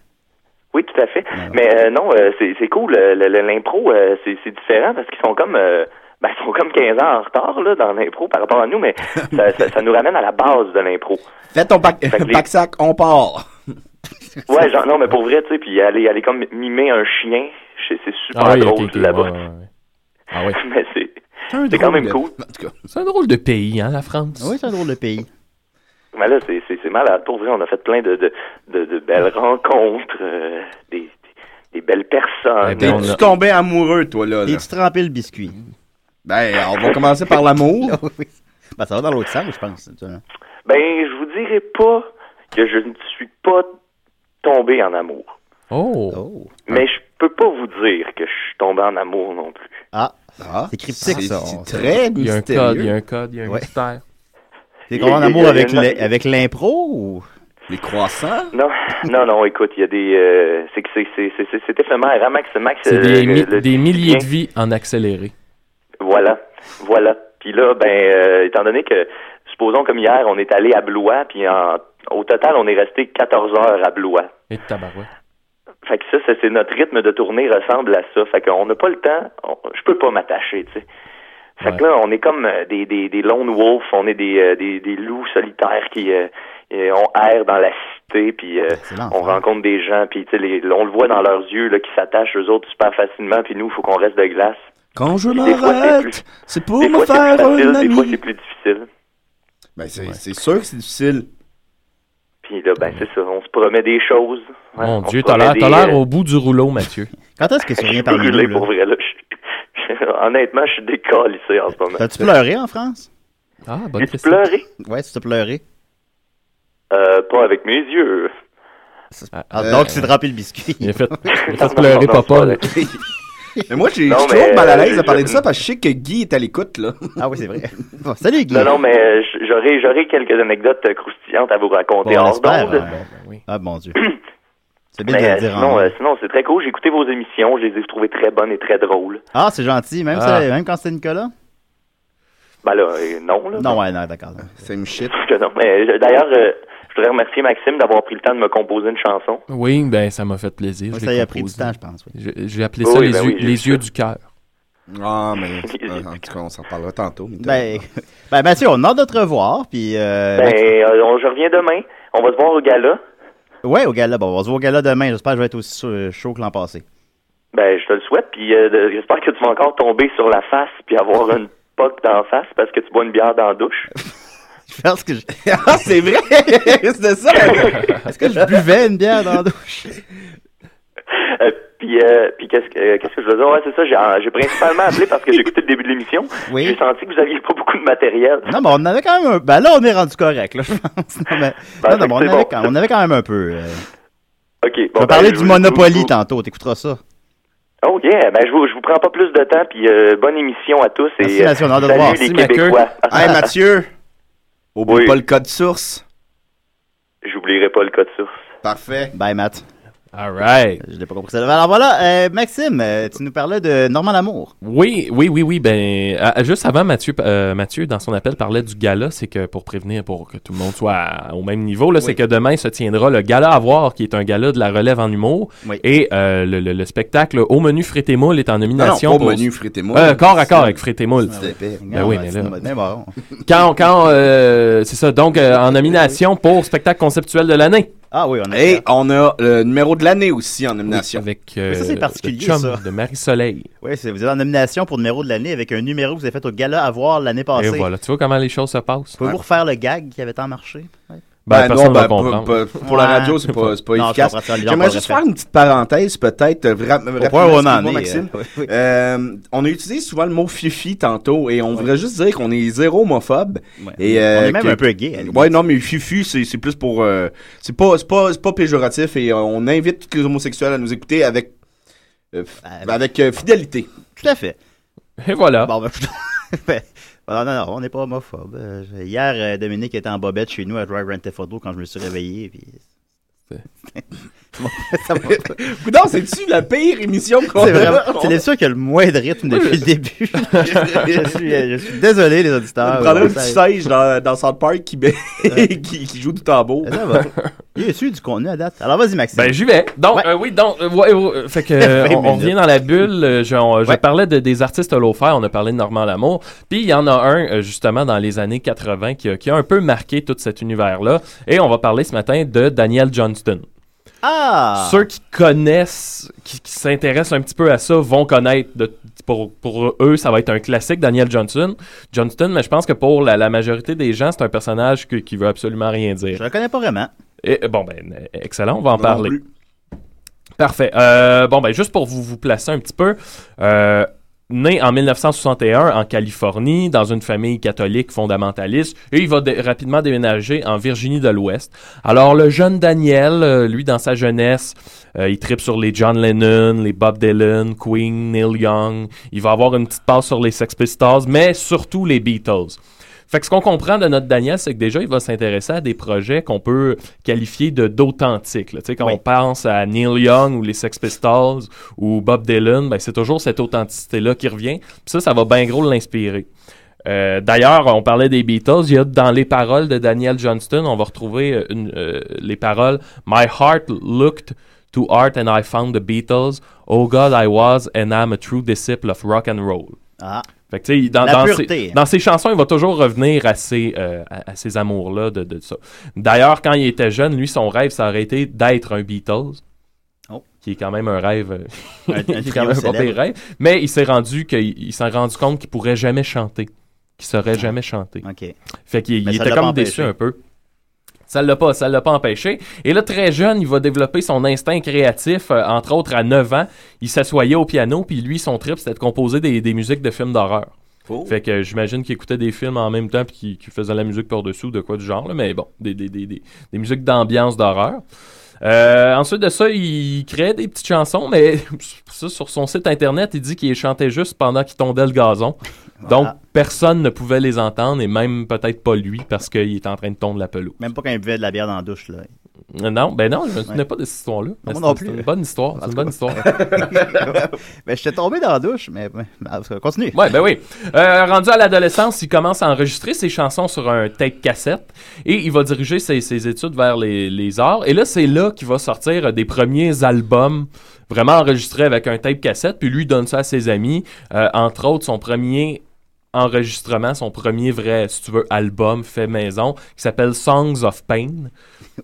[SPEAKER 9] Oui, tout à fait.
[SPEAKER 5] Ouais.
[SPEAKER 9] Mais euh, non, euh, c'est c'est cool. euh, le- le- L'impro, euh, c'est c'est différent parce qu'ils sont comme euh, ben, ils sont comme 15 ans en retard là, dans l'impro par rapport à nous, mais ça, ça- ça nous ramène à la base de l'impro.
[SPEAKER 8] Fais ton pack,
[SPEAKER 9] que les-
[SPEAKER 8] sac, on part.
[SPEAKER 9] Ouais, genre, non, mais pour vrai, tu sais, puis aller, aller comme mimer un chien, c'est c'est super
[SPEAKER 7] Ah oui,
[SPEAKER 9] drôle
[SPEAKER 7] ok, ok,
[SPEAKER 9] là-bas.
[SPEAKER 7] ouais, ouais, ouais. Ah oui.
[SPEAKER 9] Mais c'est
[SPEAKER 8] C'est
[SPEAKER 9] quand même cool.
[SPEAKER 8] En tout cas,
[SPEAKER 7] C'est un drôle de pays, hein, la France.
[SPEAKER 5] Oui, c'est un drôle de pays.
[SPEAKER 9] mais là, c'est- c'est c'est malade. Pour vrai, on a fait plein de, de, de, de belles rencontres, euh, des, des- des belles personnes.
[SPEAKER 7] Eh
[SPEAKER 8] t'es
[SPEAKER 7] ben, on
[SPEAKER 8] tu
[SPEAKER 7] a-
[SPEAKER 8] tombé amoureux, toi, là. là?
[SPEAKER 5] Et tu trempé le biscuit.
[SPEAKER 8] Ben, on va commencer par l'amour.
[SPEAKER 5] Ben, ça va dans l'autre sens, je pense. tu vois.
[SPEAKER 9] Ben, je vous dirais pas que je ne suis pas tombé en amour.
[SPEAKER 7] Oh.
[SPEAKER 5] Oh.
[SPEAKER 9] Mais je peux pas vous dire que je suis tombé en amour non plus.
[SPEAKER 5] Ah,
[SPEAKER 8] Ah,
[SPEAKER 5] c'est cryptique, ça.
[SPEAKER 8] C'est
[SPEAKER 5] On-
[SPEAKER 8] très
[SPEAKER 7] Il y a un code, il y
[SPEAKER 8] mystérieux.
[SPEAKER 7] a un code, il y a un
[SPEAKER 5] Ouais.
[SPEAKER 7] mystère.
[SPEAKER 5] T'es comment en amour avec le- avec l'impro ou.
[SPEAKER 8] Les croissants.
[SPEAKER 9] Non, non, non, écoute, il y a des... euh, c'est que c'est- c'est- c'est c'est- c'est éphémère. Hein, Max, Max,
[SPEAKER 7] C'est
[SPEAKER 9] euh,
[SPEAKER 7] des,
[SPEAKER 9] le-
[SPEAKER 7] mi-
[SPEAKER 9] le-
[SPEAKER 7] des milliers de
[SPEAKER 9] bien.
[SPEAKER 7] vies en accéléré.
[SPEAKER 9] Voilà, voilà. Puis là, ben, euh, étant donné que, supposons comme hier, on est allé à Blois, puis en
[SPEAKER 3] Au total, on est resté 14 heures à Blois.
[SPEAKER 7] Et tabarouette.
[SPEAKER 3] Fait que ça, ça, c'est notre rythme de tournée ressemble à ça. Fait qu'on n'a pas le temps, on- je peux pas m'attacher, tu sais. Fait que là, on est comme euh, des, des, des lone wolves, on est des, euh, des, des loups solitaires qui euh, euh, on erre dans la cité, puis euh, on rencontre des gens, puis tu sais, les- on le voit dans leurs yeux là, qui s'attachent aux autres super facilement, puis nous, il faut qu'on reste de glace.
[SPEAKER 8] Quand je
[SPEAKER 3] Des fois, c'est
[SPEAKER 8] m'arrête,
[SPEAKER 3] plus-
[SPEAKER 8] c'est pour
[SPEAKER 3] des
[SPEAKER 8] me
[SPEAKER 3] fois, c'est plus
[SPEAKER 8] faire un
[SPEAKER 3] facile, Des fois,
[SPEAKER 8] ami.
[SPEAKER 3] c'est plus difficile.
[SPEAKER 8] Ben, c'est c'est sûr que c'est difficile.
[SPEAKER 3] Puis là, ben, c'est ça, on se promet des choses. Ouais,
[SPEAKER 7] Mon
[SPEAKER 3] on
[SPEAKER 7] Dieu,
[SPEAKER 3] se
[SPEAKER 7] t'as l'air
[SPEAKER 3] promet
[SPEAKER 7] t'as
[SPEAKER 3] des-
[SPEAKER 7] l'air au bout du rouleau, Mathieu.
[SPEAKER 5] Quand est-ce que tu
[SPEAKER 3] Je suis
[SPEAKER 5] reviens parmi
[SPEAKER 3] brûlé
[SPEAKER 5] nous, là?
[SPEAKER 3] pour vrai, là. Je- je- honnêtement, je suis décalissé en ce moment.
[SPEAKER 5] T'as-tu pleuré en France?
[SPEAKER 7] Ah,
[SPEAKER 5] bonne
[SPEAKER 3] question. pleuré?
[SPEAKER 5] Ouais, tu t'as pleuré.
[SPEAKER 3] Euh, pas avec mes yeux.
[SPEAKER 5] Ah, donc, tu t'es drapé le biscuit. Il a fait,
[SPEAKER 3] fait pleurer Non, non, papa,
[SPEAKER 7] là.
[SPEAKER 8] mais moi, j'ai je
[SPEAKER 3] Non,
[SPEAKER 8] suis
[SPEAKER 3] mais,
[SPEAKER 8] toujours mal à l'aise
[SPEAKER 3] euh,
[SPEAKER 8] de parler de
[SPEAKER 3] je-
[SPEAKER 8] ça parce que je sais que Guy est à l'écoute, là.
[SPEAKER 5] Ah oui, c'est vrai. salut,
[SPEAKER 3] Non, non, mais euh, j- j'aurai, j'aurai quelques anecdotes euh, croustillantes à vous raconter
[SPEAKER 5] Bon, on
[SPEAKER 3] hors
[SPEAKER 5] espère,
[SPEAKER 3] d'onde.
[SPEAKER 5] hein. Ah, mon Dieu. C'est bien de
[SPEAKER 3] Mais,
[SPEAKER 5] le
[SPEAKER 3] euh,
[SPEAKER 5] dire en
[SPEAKER 3] sinon,
[SPEAKER 5] ondes.
[SPEAKER 3] euh, sinon, c'est très cool. J'ai écouté vos émissions. Je les ai trouvées très bonnes et très drôles.
[SPEAKER 5] Ah, c'est gentil, même,
[SPEAKER 3] Ah.
[SPEAKER 5] ça- même quand c'était Nicolas?
[SPEAKER 3] Ben là, euh, non. Là,
[SPEAKER 5] Non, ouais, non, d'accord.
[SPEAKER 8] Same shit.
[SPEAKER 3] Que non. Mais, euh, d'ailleurs, euh, je voudrais remercier Maxime d'avoir pris le temps de me composer une chanson.
[SPEAKER 7] Oui, ben ça m'a fait plaisir.
[SPEAKER 5] Ouais,
[SPEAKER 7] je
[SPEAKER 5] ça
[SPEAKER 7] l'ai
[SPEAKER 5] y a pris du
[SPEAKER 7] composé.
[SPEAKER 5] temps, je pense, oui.
[SPEAKER 7] Je- J'ai appelé
[SPEAKER 3] Oui,
[SPEAKER 7] ça
[SPEAKER 3] ben
[SPEAKER 7] les,
[SPEAKER 3] oui,
[SPEAKER 7] yeux,
[SPEAKER 3] j'ai
[SPEAKER 7] les
[SPEAKER 3] vu ça.
[SPEAKER 7] yeux du cœur.
[SPEAKER 8] Ah, mais euh, en tout cas, on s'en parlera tantôt. mais t'as-
[SPEAKER 5] Ben, ben, Mathieu, on a hâte de te revoir, puis... euh,
[SPEAKER 3] Ben, euh, on- je reviens demain. On va se voir au gala.
[SPEAKER 5] Ouais, au gala. Bon, on va se voir au gala demain. J'espère que je vais être aussi sou- chaud que l'an passé.
[SPEAKER 3] Ben, je te le souhaite. Puis euh, de- j'espère que tu vas encore tomber sur la face puis avoir une poque d'en face parce que tu bois une bière dans la douche.
[SPEAKER 5] Je pense que je...
[SPEAKER 8] ah, c'est vrai! C'était ça!
[SPEAKER 5] Est-ce que je buvais une bière dans la douche?
[SPEAKER 3] Euh, puis, euh, puis qu'est-ce que euh, qu'est-ce que je veux dire Ouais, c'est ça. J'ai j'ai principalement appelé parce que j'ai écouté le début de l'émission.
[SPEAKER 5] Oui.
[SPEAKER 3] J'ai senti que vous aviez pas beaucoup de matériel.
[SPEAKER 5] Non, mais on en avait quand même un... Ben là, on est rendu correct, là, je pense. Non, mais,
[SPEAKER 3] Ben,
[SPEAKER 5] non, non, mais on,
[SPEAKER 3] c'est
[SPEAKER 5] avait
[SPEAKER 3] bon.
[SPEAKER 5] quand... on avait quand même un peu... euh.
[SPEAKER 3] Ok. Bon,
[SPEAKER 5] je vais
[SPEAKER 3] ben,
[SPEAKER 5] parler
[SPEAKER 3] je
[SPEAKER 5] du
[SPEAKER 3] vous-
[SPEAKER 5] Monopoly tantôt, t'écouteras ça.
[SPEAKER 3] Oh yeah. Ben, je vous je vous prends pas plus de temps. Puis euh, bonne émission à tous et
[SPEAKER 5] Merci,
[SPEAKER 3] euh,
[SPEAKER 5] Mathieu, on a hâte de te
[SPEAKER 3] salut
[SPEAKER 5] voir.
[SPEAKER 3] les
[SPEAKER 5] Merci, Mathieu.
[SPEAKER 3] Québécois.
[SPEAKER 8] Hey, Mathieu! Oublie
[SPEAKER 3] Oui.
[SPEAKER 8] pas le code source.
[SPEAKER 3] J'oublierai pas le code source.
[SPEAKER 8] Parfait.
[SPEAKER 5] Bye, Matt.
[SPEAKER 7] All right.
[SPEAKER 5] Je l'ai pas compris. Alors voilà, euh, Maxime, euh, tu nous parlais de Normand Lamour.
[SPEAKER 7] Oui, oui, oui, oui. Ben, à- à- juste avant, Mathieu, euh, Mathieu, dans son appel, parlait du gala. C'est que pour prévenir, pour que tout le monde soit à- au même niveau, là, c'est que demain se tiendra le gala à voir, qui est un gala de la relève en humour.
[SPEAKER 5] Oui.
[SPEAKER 7] Et euh, le, le- le spectacle Au menu frites et moules est en nomination.
[SPEAKER 8] Non, non, pas
[SPEAKER 7] pour-
[SPEAKER 8] au menu frites et moules.
[SPEAKER 7] Euh, corps à corps
[SPEAKER 8] C'est-
[SPEAKER 7] avec frites et moules.
[SPEAKER 8] C'est épais.
[SPEAKER 7] Ben oui, mais là.
[SPEAKER 5] Mais bon.
[SPEAKER 7] Quand, quand, euh, c'est ça. Donc, euh, en nomination pour spectacle conceptuel de l'année.
[SPEAKER 5] Ah oui, on a.
[SPEAKER 8] Et on a le numéro de l'année aussi en nomination.
[SPEAKER 7] avec euh,
[SPEAKER 5] Mais ça, c'est particulier,
[SPEAKER 7] le chum
[SPEAKER 5] ça.
[SPEAKER 7] de Marie-Soleil.
[SPEAKER 5] Oui, c'est- vous êtes en nomination pour numéro de l'année avec un numéro que vous avez fait au gala à voir l'année passée.
[SPEAKER 7] Et voilà, tu vois comment les choses se passent.
[SPEAKER 5] Pouvez-vous refaire le gag qui avait tant marché? Ouais.
[SPEAKER 7] Ben, personne va
[SPEAKER 8] pour-
[SPEAKER 7] comprendre.
[SPEAKER 8] pour, pour la
[SPEAKER 5] Ouais.
[SPEAKER 8] radio, c'est pas, c'est pas
[SPEAKER 5] Non, je
[SPEAKER 8] efficace.
[SPEAKER 5] comprends ça, les gens
[SPEAKER 8] J'aimerais
[SPEAKER 5] pourraient
[SPEAKER 8] juste
[SPEAKER 5] faire.
[SPEAKER 8] faire une petite parenthèse, peut-être, euh, ra- rapidement,
[SPEAKER 5] point où on en
[SPEAKER 8] excuse-moi,
[SPEAKER 5] est,
[SPEAKER 8] Maxime.
[SPEAKER 5] euh,
[SPEAKER 8] Euh, on a utilisé souvent le mot fifi tantôt, et on voudrait juste dire qu'on est zéro homophobe. Et,
[SPEAKER 5] On
[SPEAKER 8] euh,
[SPEAKER 5] est même
[SPEAKER 8] que-
[SPEAKER 5] un peu gay, à la limite.
[SPEAKER 8] Ouais, non, mais fifi, c'est c'est plus pour, euh, c'est pas, c'est pas, c'est pas péjoratif, et euh, on invite tous les homosexuels à nous écouter avec, euh, f-
[SPEAKER 5] Ah,
[SPEAKER 8] avec euh, fidélité.
[SPEAKER 5] Tout à fait.
[SPEAKER 7] Et voilà.
[SPEAKER 5] Bon, ben, ben, non, non, non, on n'est pas homophobe. Euh, je- Hier, euh, Dominique était en bobette chez nous à jouer à Grand Theft Auto quand je me suis réveillé. Puis... Ça m'a-
[SPEAKER 8] Coudon, c'est-tu la pire émission qu'on
[SPEAKER 5] C'est vraiment,
[SPEAKER 8] a?
[SPEAKER 5] c'est l'émission qui a le moins de rythme depuis le début. je, suis, euh, je suis désolé, les auditeurs.
[SPEAKER 8] On prendrait un
[SPEAKER 5] Ça-
[SPEAKER 8] petit singe dans, dans South Park qui, ba- qui, qui joue du tambour.
[SPEAKER 5] Ça va. Il y a eu du contenu à date. Alors, vas-y, Maxime.
[SPEAKER 7] Ben j'y vais. Donc euh, oui, donc euh, ouais, euh, fait que euh,
[SPEAKER 5] Vingt
[SPEAKER 7] on, on
[SPEAKER 5] minutes.
[SPEAKER 7] revient dans la bulle. Euh, je on- je parlais de- des artistes low-fi, on a parlé de Normand Lamour. Puis il y en a un euh, justement dans les années 80 qui a, qui a un peu marqué tout cet univers là. Et on va parler ce matin de Daniel Johnston.
[SPEAKER 5] Ah!
[SPEAKER 7] Ceux qui connaissent, qui, qui s'intéressent un petit peu à ça, vont connaître. de- pour, pour eux, ça va être un classique, Daniel Johnson. Johnston, mais je pense que pour la, la majorité des gens, c'est un personnage que- qui veut absolument rien dire.
[SPEAKER 5] Je le connais pas vraiment.
[SPEAKER 7] Et, bon, ben, euh, excellent, on va en
[SPEAKER 8] Non
[SPEAKER 7] parler.
[SPEAKER 8] plus.
[SPEAKER 7] Parfait. Euh, bon, ben, juste pour vous, vous placer un petit peu, euh, né en 1961 en Californie, dans une famille catholique fondamentaliste, et il va dé- rapidement déménager en Virginie de l'Ouest. Alors, le jeune Daniel, euh, lui, dans sa jeunesse, euh, il tripe sur les John Lennon, les Bob Dylan, Queen, Neil Young. Il va avoir une petite passe sur les Sex Pistols, mais surtout les Beatles. Fait que ce qu'on comprend de notre Daniel, c'est que déjà, il va s'intéresser à des projets qu'on peut qualifier de d'authentiques. là. Tu sais, quand
[SPEAKER 5] Oui.
[SPEAKER 7] on pense à Neil Young ou les Sex Pistols ou Bob Dylan, ben, c'est toujours cette authenticité-là qui revient. Puis ça, ça va bien gros l'inspirer. Euh, D'ailleurs, on parlait des Beatles. Il y a dans les paroles de Daniel Johnston, on va retrouver euh, une, euh, les paroles My heart looked to art and I found the Beatles. Oh God, I was and I'm a true disciple of rock and roll.
[SPEAKER 5] Ah.
[SPEAKER 7] Fait que, tu sais, il- dans,
[SPEAKER 5] La
[SPEAKER 7] dans
[SPEAKER 5] pureté. hein.
[SPEAKER 7] ses, dans ses chansons, il va toujours revenir à ces, euh, à, à ces amours-là de, de ça. D'ailleurs, quand il était jeune, lui, son rêve, ça aurait été d'être un Beatles. Qui est quand même un rêve. euh,
[SPEAKER 5] Oh. Un- un
[SPEAKER 7] qui est
[SPEAKER 5] trio
[SPEAKER 7] quand même pas
[SPEAKER 5] célèbre.
[SPEAKER 7] pire rêve. Mais il s'est rendu qu'il il s'est rendu compte qu'il pourrait jamais chanter. Qu'il saurait jamais chanter. Fait qu'il il
[SPEAKER 5] Mais Ben, ça
[SPEAKER 7] était
[SPEAKER 5] l'a
[SPEAKER 7] comme
[SPEAKER 5] pas
[SPEAKER 7] déçu
[SPEAKER 5] empêché.
[SPEAKER 7] un peu. Ça l'a pas, ça l'a pas empêché. Et là, très jeune, il va développer son instinct créatif. euh, entre autres, à 9 ans, il s'assoyait au piano, puis lui, son trip, c'était de composer des, des musiques de films d'horreur.
[SPEAKER 8] Oh.
[SPEAKER 7] Fait que euh, j'imagine qu'il écoutait des films en même temps, puis qu'il qu'il faisait la musique par-dessous, de quoi du genre, là, mais bon, des, des- des- des- des musiques d'ambiance d'horreur. Euh, ensuite de ça, il crée des petites chansons, mais ça, sur son site internet, il dit qu'il les chantait juste pendant qu'il tondait le gazon. Donc, personne ne pouvait les entendre, et même peut-être pas lui, parce qu'il était en train de tondre la pelouse.
[SPEAKER 5] Même pas quand il buvait de la bière dans la douche, là.
[SPEAKER 7] Euh, Non, ben non, je me souvenais
[SPEAKER 5] Ouais.
[SPEAKER 7] pas de cette histoire-là.
[SPEAKER 5] Non,
[SPEAKER 7] Mais
[SPEAKER 5] moi non
[SPEAKER 7] c'est-
[SPEAKER 5] plus.
[SPEAKER 7] C'est une bonne histoire, c'est une bonne histoire.
[SPEAKER 5] ben, j'étais tombé dans la douche, mais, mais- en tout cas, continue.
[SPEAKER 7] Ouais, ben oui. Euh, rendu à l'adolescence, il commence à enregistrer ses chansons sur un tape cassette et il va diriger ses, ses études vers les, les arts. Et là, c'est là qu'il va sortir euh, des premiers albums vraiment enregistrés avec un tape cassette. Puis lui il donne ça à ses amis. Euh, entre autres, son premier enregistrement, son premier vrai, si tu veux, album fait maison qui s'appelle Songs of Pain.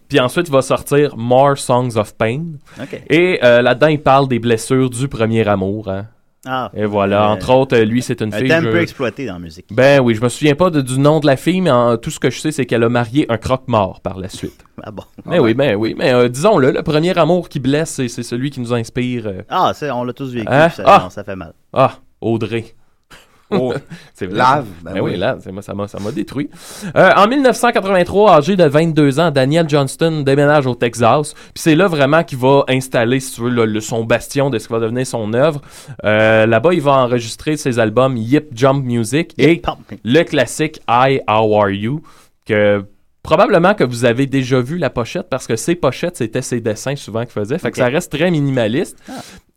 [SPEAKER 7] Puis ensuite, il va sortir More Songs of Pain.
[SPEAKER 5] Ok.
[SPEAKER 7] Et euh, là-dedans, il parle des blessures du premier amour. hein.
[SPEAKER 5] Ah.
[SPEAKER 7] et voilà,
[SPEAKER 5] Euh,
[SPEAKER 7] entre autres, euh, lui, c'est une
[SPEAKER 5] un
[SPEAKER 7] fille.
[SPEAKER 5] thème
[SPEAKER 7] je-
[SPEAKER 5] peu exploité dans la musique.
[SPEAKER 7] Ben oui, je me souviens pas de- du nom de la fille, mais en- tout ce que je sais, c'est qu'elle a marié un croque-mort par la suite.
[SPEAKER 5] Ah bon?
[SPEAKER 7] Mais oui, ben oui. Mais euh, disons-le, le premier amour qui blesse, c'est c'est celui qui nous inspire. euh,
[SPEAKER 5] Ah, c'est- on l'a tous vécu,
[SPEAKER 7] Hein?
[SPEAKER 5] puis ça,
[SPEAKER 7] Ah!
[SPEAKER 5] non, ça fait mal.
[SPEAKER 7] Ah, Audrey.
[SPEAKER 5] Oh.
[SPEAKER 7] C'est vrai.
[SPEAKER 5] Lave,
[SPEAKER 7] Ben,
[SPEAKER 5] ben
[SPEAKER 7] oui,
[SPEAKER 5] oui.
[SPEAKER 7] lave. C'est- moi, Ça m'a, ça m'a détruit. Euh, en 1983, âgé de 22 ans, Daniel Johnston déménage au Texas. Puis c'est là vraiment qu'il va installer, si tu veux, le, le- son bastion de ce qui va devenir son œuvre. Euh, là-bas, il va enregistrer ses albums Yip Jump Music et le classique I How Are You, que probablement que vous avez déjà vu la pochette parce que ces pochettes, c'était ses dessins souvent qu'il faisait. Fait que
[SPEAKER 5] Ok. Ah.
[SPEAKER 7] ça reste très minimaliste.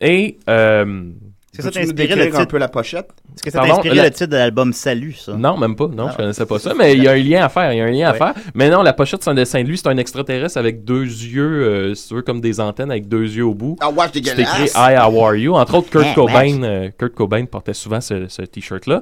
[SPEAKER 7] Et. euh,
[SPEAKER 5] Est-ce que ça
[SPEAKER 8] Peux-tu
[SPEAKER 5] t'a inspiré
[SPEAKER 8] nous
[SPEAKER 5] le
[SPEAKER 8] décrire
[SPEAKER 5] titre?
[SPEAKER 8] un peu la pochette?
[SPEAKER 5] Est-ce que ça t'a
[SPEAKER 7] Pardon,
[SPEAKER 5] inspiré
[SPEAKER 7] la-
[SPEAKER 5] le titre de l'album Salut, ça?
[SPEAKER 7] Non, même pas. Non,
[SPEAKER 5] Ah.
[SPEAKER 7] je connaissais pas ça. Mais il y a un lien à faire. Il y a un lien à
[SPEAKER 5] Ouais.
[SPEAKER 7] faire. Mais non, la pochette, c'est un dessin de lui. C'est un extraterrestre avec deux yeux, euh, si tu veux, comme des antennes avec deux yeux au bout.
[SPEAKER 8] Ah, wesh,
[SPEAKER 7] C'est
[SPEAKER 8] dégueulasse.
[SPEAKER 7] écrit I, how are you? Entre autres, Kurt
[SPEAKER 8] Eh,
[SPEAKER 7] Cobain. euh, Kurt Cobain portait souvent ce, ce t-shirt-là.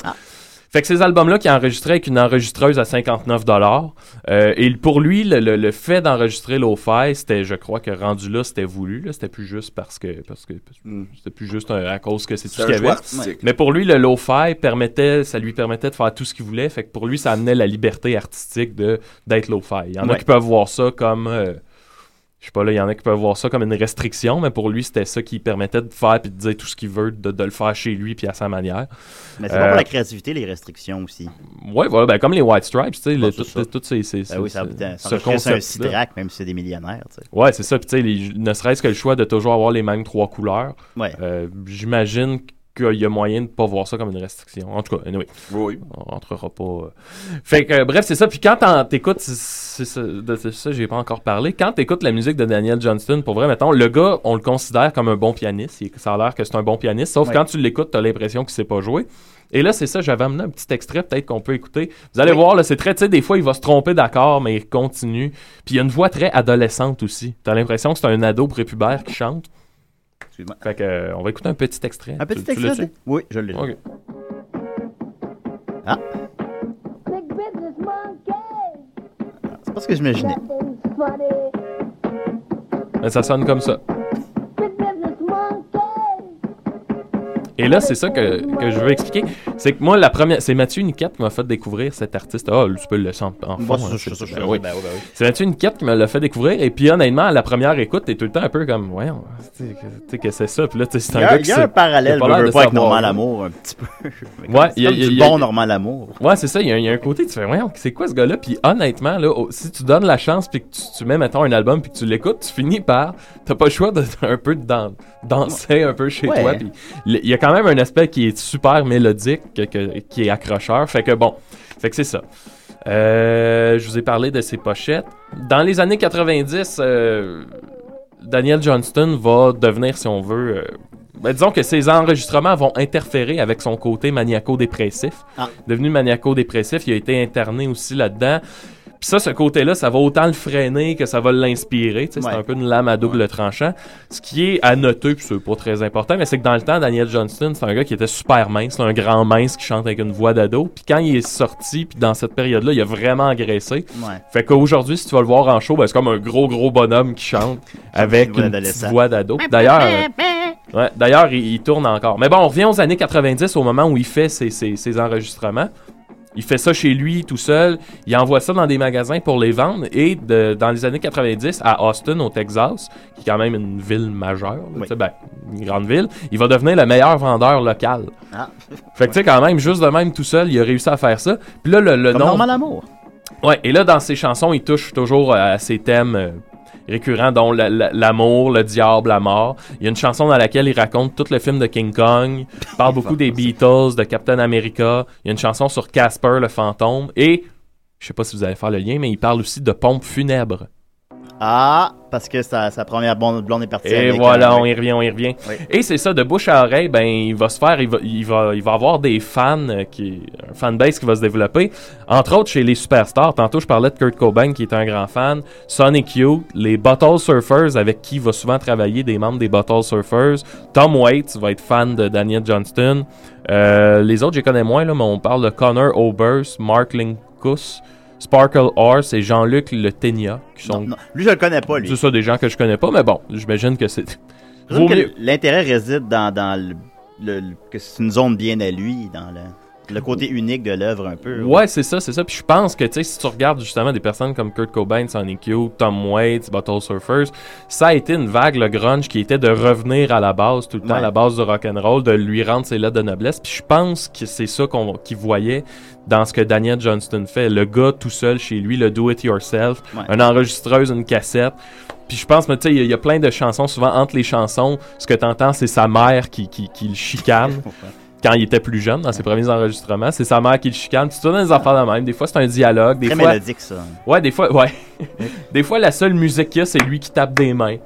[SPEAKER 7] Fait que ces albums-là qu'il a enregistrés avec une enregistreuse à 59 euh, et pour lui, le, le- le fait d'enregistrer l'OFI, c'était, je crois que rendu là, c'était voulu. là. C'était plus juste parce que, parce que parce
[SPEAKER 8] Hmm.
[SPEAKER 7] que c'était plus juste un- à cause que c'est tout
[SPEAKER 8] C'est
[SPEAKER 7] ce qu'il y
[SPEAKER 8] un
[SPEAKER 7] avait.
[SPEAKER 8] choix artistique.
[SPEAKER 7] Mais pour lui, le lo-fi permettait, ça lui permettait de faire tout ce qu'il voulait. Fait que pour lui, ça amenait la liberté artistique de d'être lo-fi. Il y en a
[SPEAKER 8] Ouais.
[SPEAKER 7] qui peuvent voir ça comme, euh, je sais pas là, il y en a qui peuvent voir ça comme une restriction, mais pour lui, c'était ça qui permettait de faire puis de dire tout ce qu'il veut, de, de le faire chez lui puis à sa manière.
[SPEAKER 5] Mais c'est bon pour
[SPEAKER 7] Euh,
[SPEAKER 5] la créativité, les restrictions aussi.
[SPEAKER 7] Ouais, voilà, ben, comme les White Stripes, tu sais, le- tout- tout- toutes ces, ces,
[SPEAKER 5] Ben oui, ça
[SPEAKER 7] ces- ce
[SPEAKER 5] enregistrait sur un
[SPEAKER 7] concept-là.
[SPEAKER 5] sitrac, même si c'est des millionnaires, tu sais.
[SPEAKER 7] Ouais, c'est ça. Puis, tu sais, les- ne serait-ce que le choix de toujours avoir les mêmes trois couleurs, euh, j'imagine qu'il y a moyen de ne pas voir ça comme une restriction. En tout cas, anyway.
[SPEAKER 8] Oui.
[SPEAKER 7] On rentrera pas. euh. Fait que, euh, bref, c'est ça. Puis quand t'en- t'écoutes, c'est ça, de de ça, j'ai pas encore parlé. Quand t'écoutes la musique de Daniel Johnston, pour vrai, mettons, le gars, on le considère comme un bon pianiste. Il- Ça a l'air que c'est un bon pianiste. Sauf
[SPEAKER 8] Ouais.
[SPEAKER 7] quand tu l'écoutes, t'as l'impression qu'il sait pas jouer. Et là, c'est ça, j'avais amené un petit extrait, peut-être qu'on peut écouter. Vous allez voir, là, c'est très, tu sais, des fois, il va se tromper d'accord, mais il continue. Puis il y a une voix très adolescente aussi. T'as l'impression que c'est un ado prépubère qui chante.
[SPEAKER 5] Excuse-moi.
[SPEAKER 7] Fait que, euh, on va écouter un petit extrait.
[SPEAKER 5] Un petit
[SPEAKER 7] Tu- tu
[SPEAKER 5] extrait?
[SPEAKER 7] l'as-tu?
[SPEAKER 5] de- Oui, je l'ai.
[SPEAKER 7] Ok.
[SPEAKER 5] Ah, c'est pas ce que j'imaginais.
[SPEAKER 7] Mais Ça sonne comme ça. Et là, c'est ça que, que je veux expliquer. C'est que moi, la première, c'est Mathieu Niquette qui m'a fait découvrir cet artiste. Ah, tu peux le sentir en fond.
[SPEAKER 5] Bon, ça,
[SPEAKER 7] hein,
[SPEAKER 5] ça, ça,
[SPEAKER 7] c'est-
[SPEAKER 5] ça,
[SPEAKER 7] ben oui.
[SPEAKER 5] ben oui, ben oui.
[SPEAKER 7] C'est Mathieu Niquette qui me l'a fait découvrir. Et puis, honnêtement, à la première écoute, t'es tout le temps un peu comme, ouais, tu sais, que- tu sais que c'est ça. Puis là, tu sais, c'est
[SPEAKER 5] Il
[SPEAKER 7] un
[SPEAKER 5] y a,
[SPEAKER 7] gars
[SPEAKER 5] il
[SPEAKER 7] qui
[SPEAKER 5] y a
[SPEAKER 7] sait-
[SPEAKER 5] un parallèle,
[SPEAKER 7] il a
[SPEAKER 5] je
[SPEAKER 7] l'air
[SPEAKER 5] veux
[SPEAKER 7] de
[SPEAKER 5] pas avec
[SPEAKER 7] savoir,
[SPEAKER 5] Normal
[SPEAKER 7] là.
[SPEAKER 5] Amour, un petit peu. Mais comme-
[SPEAKER 7] Ouais,
[SPEAKER 5] c'est comme
[SPEAKER 7] il y a-
[SPEAKER 5] du
[SPEAKER 7] il y a-
[SPEAKER 5] bon Normal Amour.
[SPEAKER 7] Ouais, c'est ça, il y, a un- il y a un côté, tu fais, voyons, c'est quoi ce gars-là? Puis honnêtement, là, au- si tu donnes la chance, puis que tu, tu mets, mettons, un album, puis que tu l'écoutes, tu finis par, t'as pas le choix de un peu de dan- danser un peu chez
[SPEAKER 8] Ouais.
[SPEAKER 7] toi. Puis le- il y a quand même un aspect qui est super mélodique, que- que- qui est accrocheur. Fait que bon, fait que c'est ça. Euh, je vous ai parlé de ses pochettes. Dans les années 90, euh, Daniel Johnston va devenir, si on veut, euh, ben, Ben, disons que ces enregistrements vont interférer avec son côté maniaco-dépressif. Devenu maniaco-dépressif, il a été interné aussi là-dedans. Puis ça, ce côté-là, ça va autant le freiner que ça va l'inspirer. tu sais, C'est un peu une lame à double tranchant. Ce qui est à noter, puis c'est pas très important, mais c'est que dans le temps, Daniel Johnston, c'est un gars qui était super mince, là, un grand mince qui chante avec une voix d'ado. Puis quand il est sorti, puis dans cette période-là, il a vraiment engraissé.
[SPEAKER 5] Ouais.
[SPEAKER 7] Fait qu'aujourd'hui, si tu vas le voir en show, ben, c'est comme un gros, gros bonhomme qui chante avec
[SPEAKER 5] voix
[SPEAKER 7] une petite
[SPEAKER 5] d'adolescent.
[SPEAKER 7] voix d'ado. D'ailleurs, euh, ouais, d'ailleurs, il, il tourne encore. Mais bon, on revient aux années 90, au moment où il fait ses, ses- ses enregistrements. Il fait ça chez lui, tout seul. Il envoie ça dans des magasins pour les vendre. Et de- dans les années 90, à Austin, au Texas, qui est quand même une ville majeure, là, tu sais, ben, une grande ville, il va devenir le meilleur vendeur local.
[SPEAKER 5] Ah.
[SPEAKER 7] Fait que tu sais, quand même, juste de même, tout seul, il a réussi à faire ça. Puis là, le, le
[SPEAKER 5] Comme
[SPEAKER 7] nom...
[SPEAKER 5] Normal Amour.
[SPEAKER 7] Ouais, et là, dans ses chansons, il touche toujours euh, à ces thèmes euh, récurrents, dont la- la- l'amour, le diable, la mort. Il y a une chanson dans laquelle il raconte tout le film de King Kong, parle beaucoup des Beatles, de Captain America. Il y a une chanson sur Casper, le fantôme. Et, je sais pas si vous allez faire le lien, mais il parle aussi de pompes funèbres.
[SPEAKER 5] Ah, parce que sa, sa première blonde blonde est partie.
[SPEAKER 7] Et
[SPEAKER 5] avec,
[SPEAKER 7] voilà,
[SPEAKER 5] euh,
[SPEAKER 7] on y revient, on y revient.
[SPEAKER 5] Oui.
[SPEAKER 7] Et c'est ça, de bouche à oreille, ben, il va se faire, il va, il va, il va avoir des fans, euh, qui, un fanbase qui va se développer. Entre autres, chez les superstars, tantôt je parlais de Kurt Cobain qui est un grand fan, Sonic Youth, les Bottle Surfers avec qui il va souvent travailler des membres des Bottle Surfers, Tom Waits va être fan de Daniel Johnston. Euh, les autres, je les connais moins, là, mais on parle de Connor Oberst, Mark Linkus, Sparkle Horse et Jean-Luc Le Ténia, qui sont...
[SPEAKER 5] Lui, je le connais pas, lui.
[SPEAKER 7] C'est ça, des gens que je connais pas, mais bon, j'imagine que c'est...
[SPEAKER 5] Je trouve
[SPEAKER 7] Vaut
[SPEAKER 5] que
[SPEAKER 7] mieux.
[SPEAKER 5] L'intérêt réside dans, dans le, le- le- que c'est une zone bien à lui, dans le, le côté unique de l'œuvre un peu.
[SPEAKER 7] Ouais, c'est ça, c'est ça. Puis je pense que, tu sais, si tu regardes justement des personnes comme Kurt Cobain, Sonic Youth, Tom Waits, Bottle Surfers, ça a été une vague, le grunge, qui était de revenir à la base, tout le temps,
[SPEAKER 5] Ouais.
[SPEAKER 7] à la base du rock'n'roll, de lui rendre ses lettres de noblesse. Puis je pense que c'est ça qu'on qu'il voyait dans ce que Daniel Johnston fait. Le gars tout seul chez lui, le do-it-yourself,
[SPEAKER 5] Ouais.
[SPEAKER 7] un enregistreuse, une cassette. Puis je pense, mais tu sais, il y a- il y, a plein de chansons, souvent entre les chansons, ce que t'entends, c'est sa mère qui, qui, qui le chicane. Quand il était plus jeune, dans ses premiers enregistrements, c'est sa mère qui le chicane. Tu te dans les affaires de même. Des fois, c'est un dialogue. Des
[SPEAKER 5] Très
[SPEAKER 7] fois,
[SPEAKER 5] mélodique, ça.
[SPEAKER 7] Ouais, des fois, ouais. des fois, la seule musique qu'il y a, c'est lui qui tape des mains.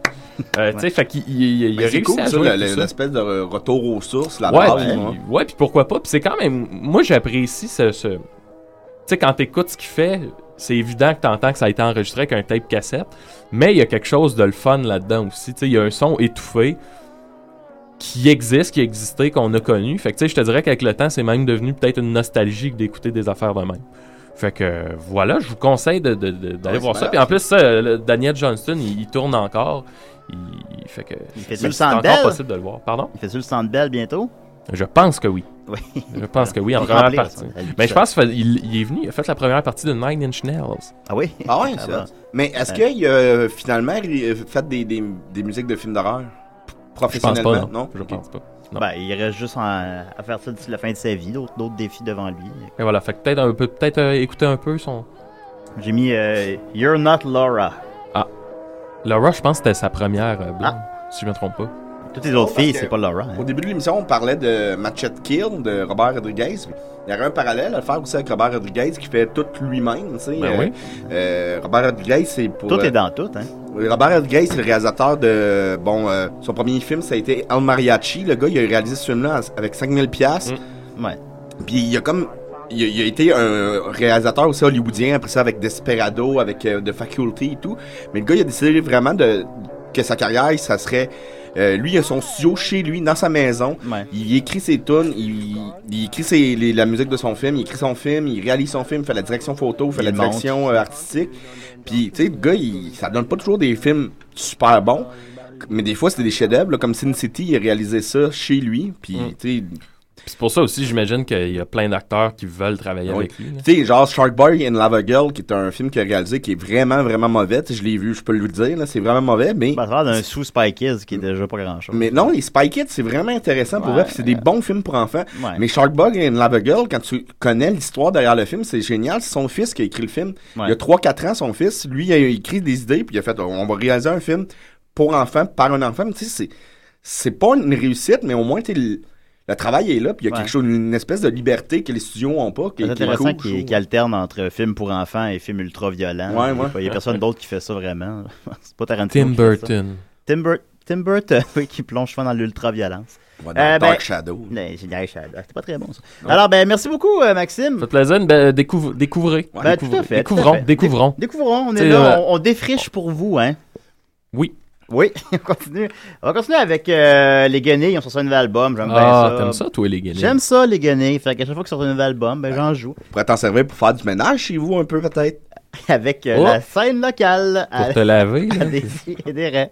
[SPEAKER 7] Euh, Tu sais, fait qu'il il- il- il
[SPEAKER 8] Mais
[SPEAKER 7] a
[SPEAKER 8] c'est
[SPEAKER 7] réussi
[SPEAKER 8] cool,
[SPEAKER 7] à
[SPEAKER 8] ça,
[SPEAKER 7] jouer
[SPEAKER 8] le-
[SPEAKER 7] tout
[SPEAKER 8] le-
[SPEAKER 7] ça.
[SPEAKER 8] l'espèce de re- retour aux sources,
[SPEAKER 5] Ah,
[SPEAKER 8] la
[SPEAKER 7] ouais,
[SPEAKER 8] base.
[SPEAKER 7] puis-
[SPEAKER 8] hein.
[SPEAKER 7] ouais, puis pourquoi pas. Puis c'est quand même. Moi, j'apprécie ce. ce- Tu sais, quand t'écoutes ce qu'il fait, c'est évident que t'entends que ça a été enregistré avec un tape cassette. Mais il y a quelque chose de le fun là-dedans aussi. Tu sais, il y a un son étouffé qui existe, qui existait, qu'on a connu. Fait que tu sais, je te dirais qu'avec le temps, c'est même devenu peut-être une nostalgie que d'écouter des affaires de même. Fait que euh, voilà, je vous conseille de- de- de- d'aller
[SPEAKER 5] Ouais,
[SPEAKER 7] voir
[SPEAKER 5] c'est
[SPEAKER 7] ça. Puis
[SPEAKER 5] malade,
[SPEAKER 7] en plus, ça, le Daniel Johnston, il, il tourne encore. Il, il fait que
[SPEAKER 5] Il fait-tu
[SPEAKER 7] mais
[SPEAKER 5] le
[SPEAKER 7] c'est
[SPEAKER 5] Centre
[SPEAKER 7] encore
[SPEAKER 5] Bell?
[SPEAKER 7] possible de le voir. Pardon.
[SPEAKER 5] Il fait-tu le centre belle bientôt?
[SPEAKER 7] Je pense que oui.
[SPEAKER 5] Oui.
[SPEAKER 7] Je pense que oui, en
[SPEAKER 5] Il
[SPEAKER 7] première
[SPEAKER 5] remplit,
[SPEAKER 7] partie.
[SPEAKER 5] ça, lui,
[SPEAKER 7] Mais je
[SPEAKER 5] ça.
[SPEAKER 7] pense qu'il il est venu, il a fait la première partie de Nine Inch Nails.
[SPEAKER 5] Ah oui?
[SPEAKER 8] Ah ouais,
[SPEAKER 5] Ah
[SPEAKER 8] ça.
[SPEAKER 5] bah.
[SPEAKER 8] Mais est-ce
[SPEAKER 5] Ouais.
[SPEAKER 8] qu'il a euh, finalement ré- fait des, des, des musiques de films d'horreur p- professionnellement?
[SPEAKER 7] non. Je pense pas. Non.
[SPEAKER 5] Ben, il reste juste en- à faire ça d'ici la fin de sa vie, d'autres d'autres défis devant lui.
[SPEAKER 7] Mais voilà, fait que peut-être un peu, peut-être euh, écouter un peu son.
[SPEAKER 5] J'ai mis euh, You're Not Laura.
[SPEAKER 7] Ah. Laura, je pense que c'était sa première euh, blonde,
[SPEAKER 5] Ah.
[SPEAKER 7] si je me trompe pas.
[SPEAKER 5] Toutes les
[SPEAKER 8] Oh,
[SPEAKER 5] autres filles, c'est pas Laura. hein.
[SPEAKER 8] Au début de l'émission, on parlait de Machette Kill de Robert Rodriguez. Il y aurait un parallèle à le faire aussi avec Robert Rodriguez qui fait tout lui-même. tu sais.
[SPEAKER 5] Ben oui.
[SPEAKER 8] euh, Robert Rodriguez, c'est pour.
[SPEAKER 5] Tout est
[SPEAKER 8] euh,
[SPEAKER 5] dans tout, hein.
[SPEAKER 8] Oui, Robert Rodriguez, c'est le réalisateur de. Bon, euh, son premier film, ça a été El Mariachi. Le gars, il a réalisé ce film-là en- avec 5000 pièces.
[SPEAKER 5] Ouais.
[SPEAKER 8] Puis il a comme. Il a, il a été un réalisateur aussi hollywoodien, après ça avec Desperado, avec euh, The Faculty et tout. Mais le gars, il a décidé vraiment de que sa carrière, ça serait. euh, lui, il a son studio chez lui, dans sa maison. Il écrit ses tunes, il, il écrit ses- les- la musique de son film, il écrit son film, il réalise son film, il fait la direction photo, il fait
[SPEAKER 5] Il
[SPEAKER 8] la
[SPEAKER 5] monte.
[SPEAKER 8] direction euh, artistique. Puis, tu sais, le gars, il, ça donne pas toujours des films super bons, mais des fois, c'est des chefs-d'œuvre. là, Comme Sin City, il a réalisé ça chez lui. Puis,
[SPEAKER 7] Mm.
[SPEAKER 8] tu sais,
[SPEAKER 7] Puis C'est pour ça aussi, j'imagine qu'il y a plein d'acteurs qui veulent travailler
[SPEAKER 8] oui.
[SPEAKER 7] avec lui. là.
[SPEAKER 8] Tu sais, genre Shark Boy and Lava Girl, qui est un film qu'il a réalisé qui est vraiment, vraiment mauvais. Tu sais, Je l'ai vu, je peux le dire, là, c'est vraiment mauvais, mais.
[SPEAKER 5] Ben, ça a l'air d'un sous Spy Kids qui est déjà pas grand-chose.
[SPEAKER 8] Mais non, les Spy Kids, c'est vraiment intéressant pour
[SPEAKER 5] Ouais.
[SPEAKER 8] eux, puis c'est des bons films pour enfants.
[SPEAKER 5] Ouais.
[SPEAKER 8] Mais Shark Boy and Lava Girl, quand tu connais l'histoire derrière le film, c'est génial. C'est son fils qui a écrit le film.
[SPEAKER 5] Ouais.
[SPEAKER 8] Il y a 3-4 ans, son fils, lui, il a écrit des idées, puis il a fait on va réaliser un film pour enfants, par un enfant. Mais Tu sais, c'est- c'est pas une réussite, mais au moins, tu sais, le, le travail est là, puis il y a
[SPEAKER 5] Ouais.
[SPEAKER 8] quelque chose, une espèce de liberté que les studios ont pas.
[SPEAKER 5] C'est
[SPEAKER 8] Qui, qui est
[SPEAKER 5] intéressant
[SPEAKER 8] cool, je
[SPEAKER 5] qu'il
[SPEAKER 8] trouve.
[SPEAKER 5] qu'il alterne entre films pour enfants et films ultra violents.
[SPEAKER 8] Ouais,
[SPEAKER 5] il y a
[SPEAKER 8] ouais.
[SPEAKER 5] pas- Il n'y a personne d'autre qui fait ça vraiment. C'est pas
[SPEAKER 7] Tim
[SPEAKER 5] Tarantino. qui fait ça.
[SPEAKER 7] Burton.
[SPEAKER 5] Tim, Bur- Tim Burton, oui, qui plonge souvent dans l'ultra violence.
[SPEAKER 8] va dans Dark Shadow.
[SPEAKER 5] Euh, ben, j'ai Dark Shadow. C'était pas très bon, ça. Alors, ben, merci beaucoup, euh, Maxime.
[SPEAKER 7] Ça fait plaisir, ben, euh, découvre- découvrez.
[SPEAKER 5] Ben, tout à fait, tout à
[SPEAKER 7] Découvrons,
[SPEAKER 5] fait.
[SPEAKER 7] découvrons.
[SPEAKER 5] Découvrons, on est
[SPEAKER 7] T'sais,
[SPEAKER 5] là,
[SPEAKER 7] euh,
[SPEAKER 5] on, on défriche pour vous, hein?
[SPEAKER 7] Oui.
[SPEAKER 5] Oui, on continue. On va continuer avec euh, Les Guenilles, on sort un nouvel album, j'aime
[SPEAKER 7] Ah,
[SPEAKER 5] bien ça.
[SPEAKER 7] t'aimes ça, toi, les Guenilles?
[SPEAKER 5] J'aime ça, Les Guenilles. Fait qu'à chaque fois qu'ils sortent un nouvel album, ben, j'en joue.
[SPEAKER 8] pourrais t'en servir pour faire du ménage chez vous un peu, peut-être.
[SPEAKER 5] Avec euh,
[SPEAKER 8] Oh.
[SPEAKER 5] la scène locale. à- à des- et des raies.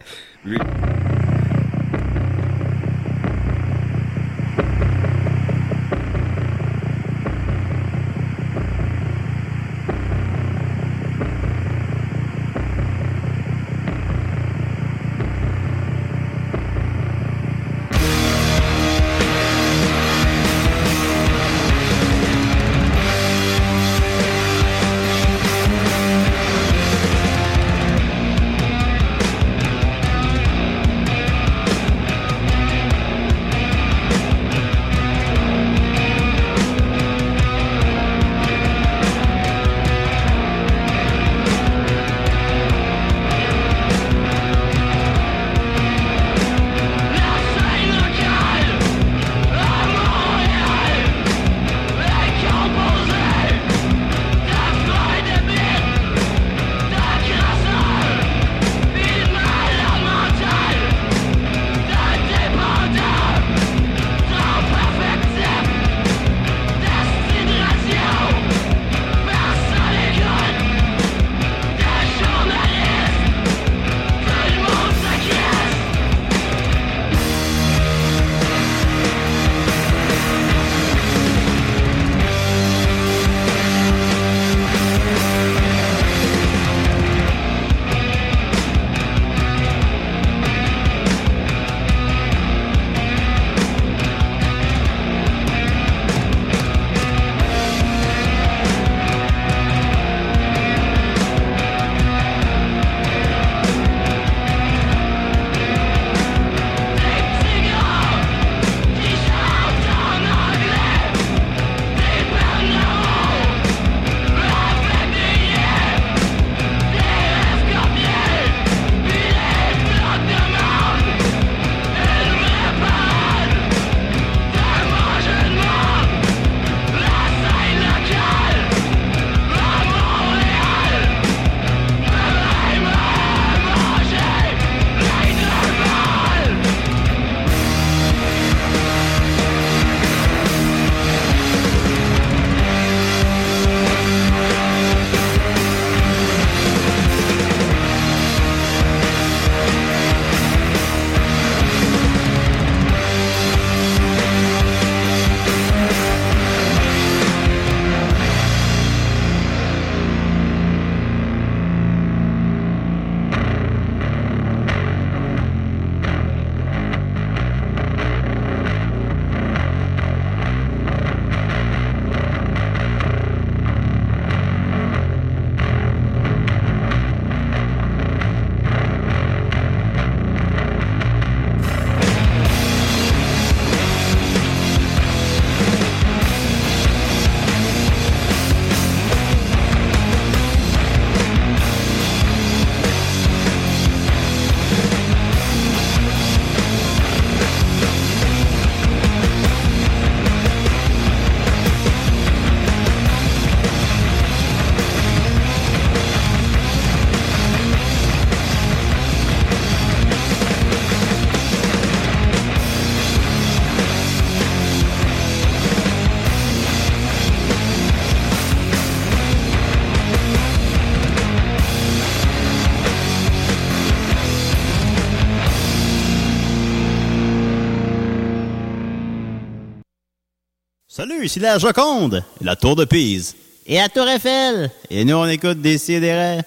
[SPEAKER 5] Salut, ici la Joconde, la Tour de Pise. Et la Tour Eiffel. Et nous, on écoute des sidérés.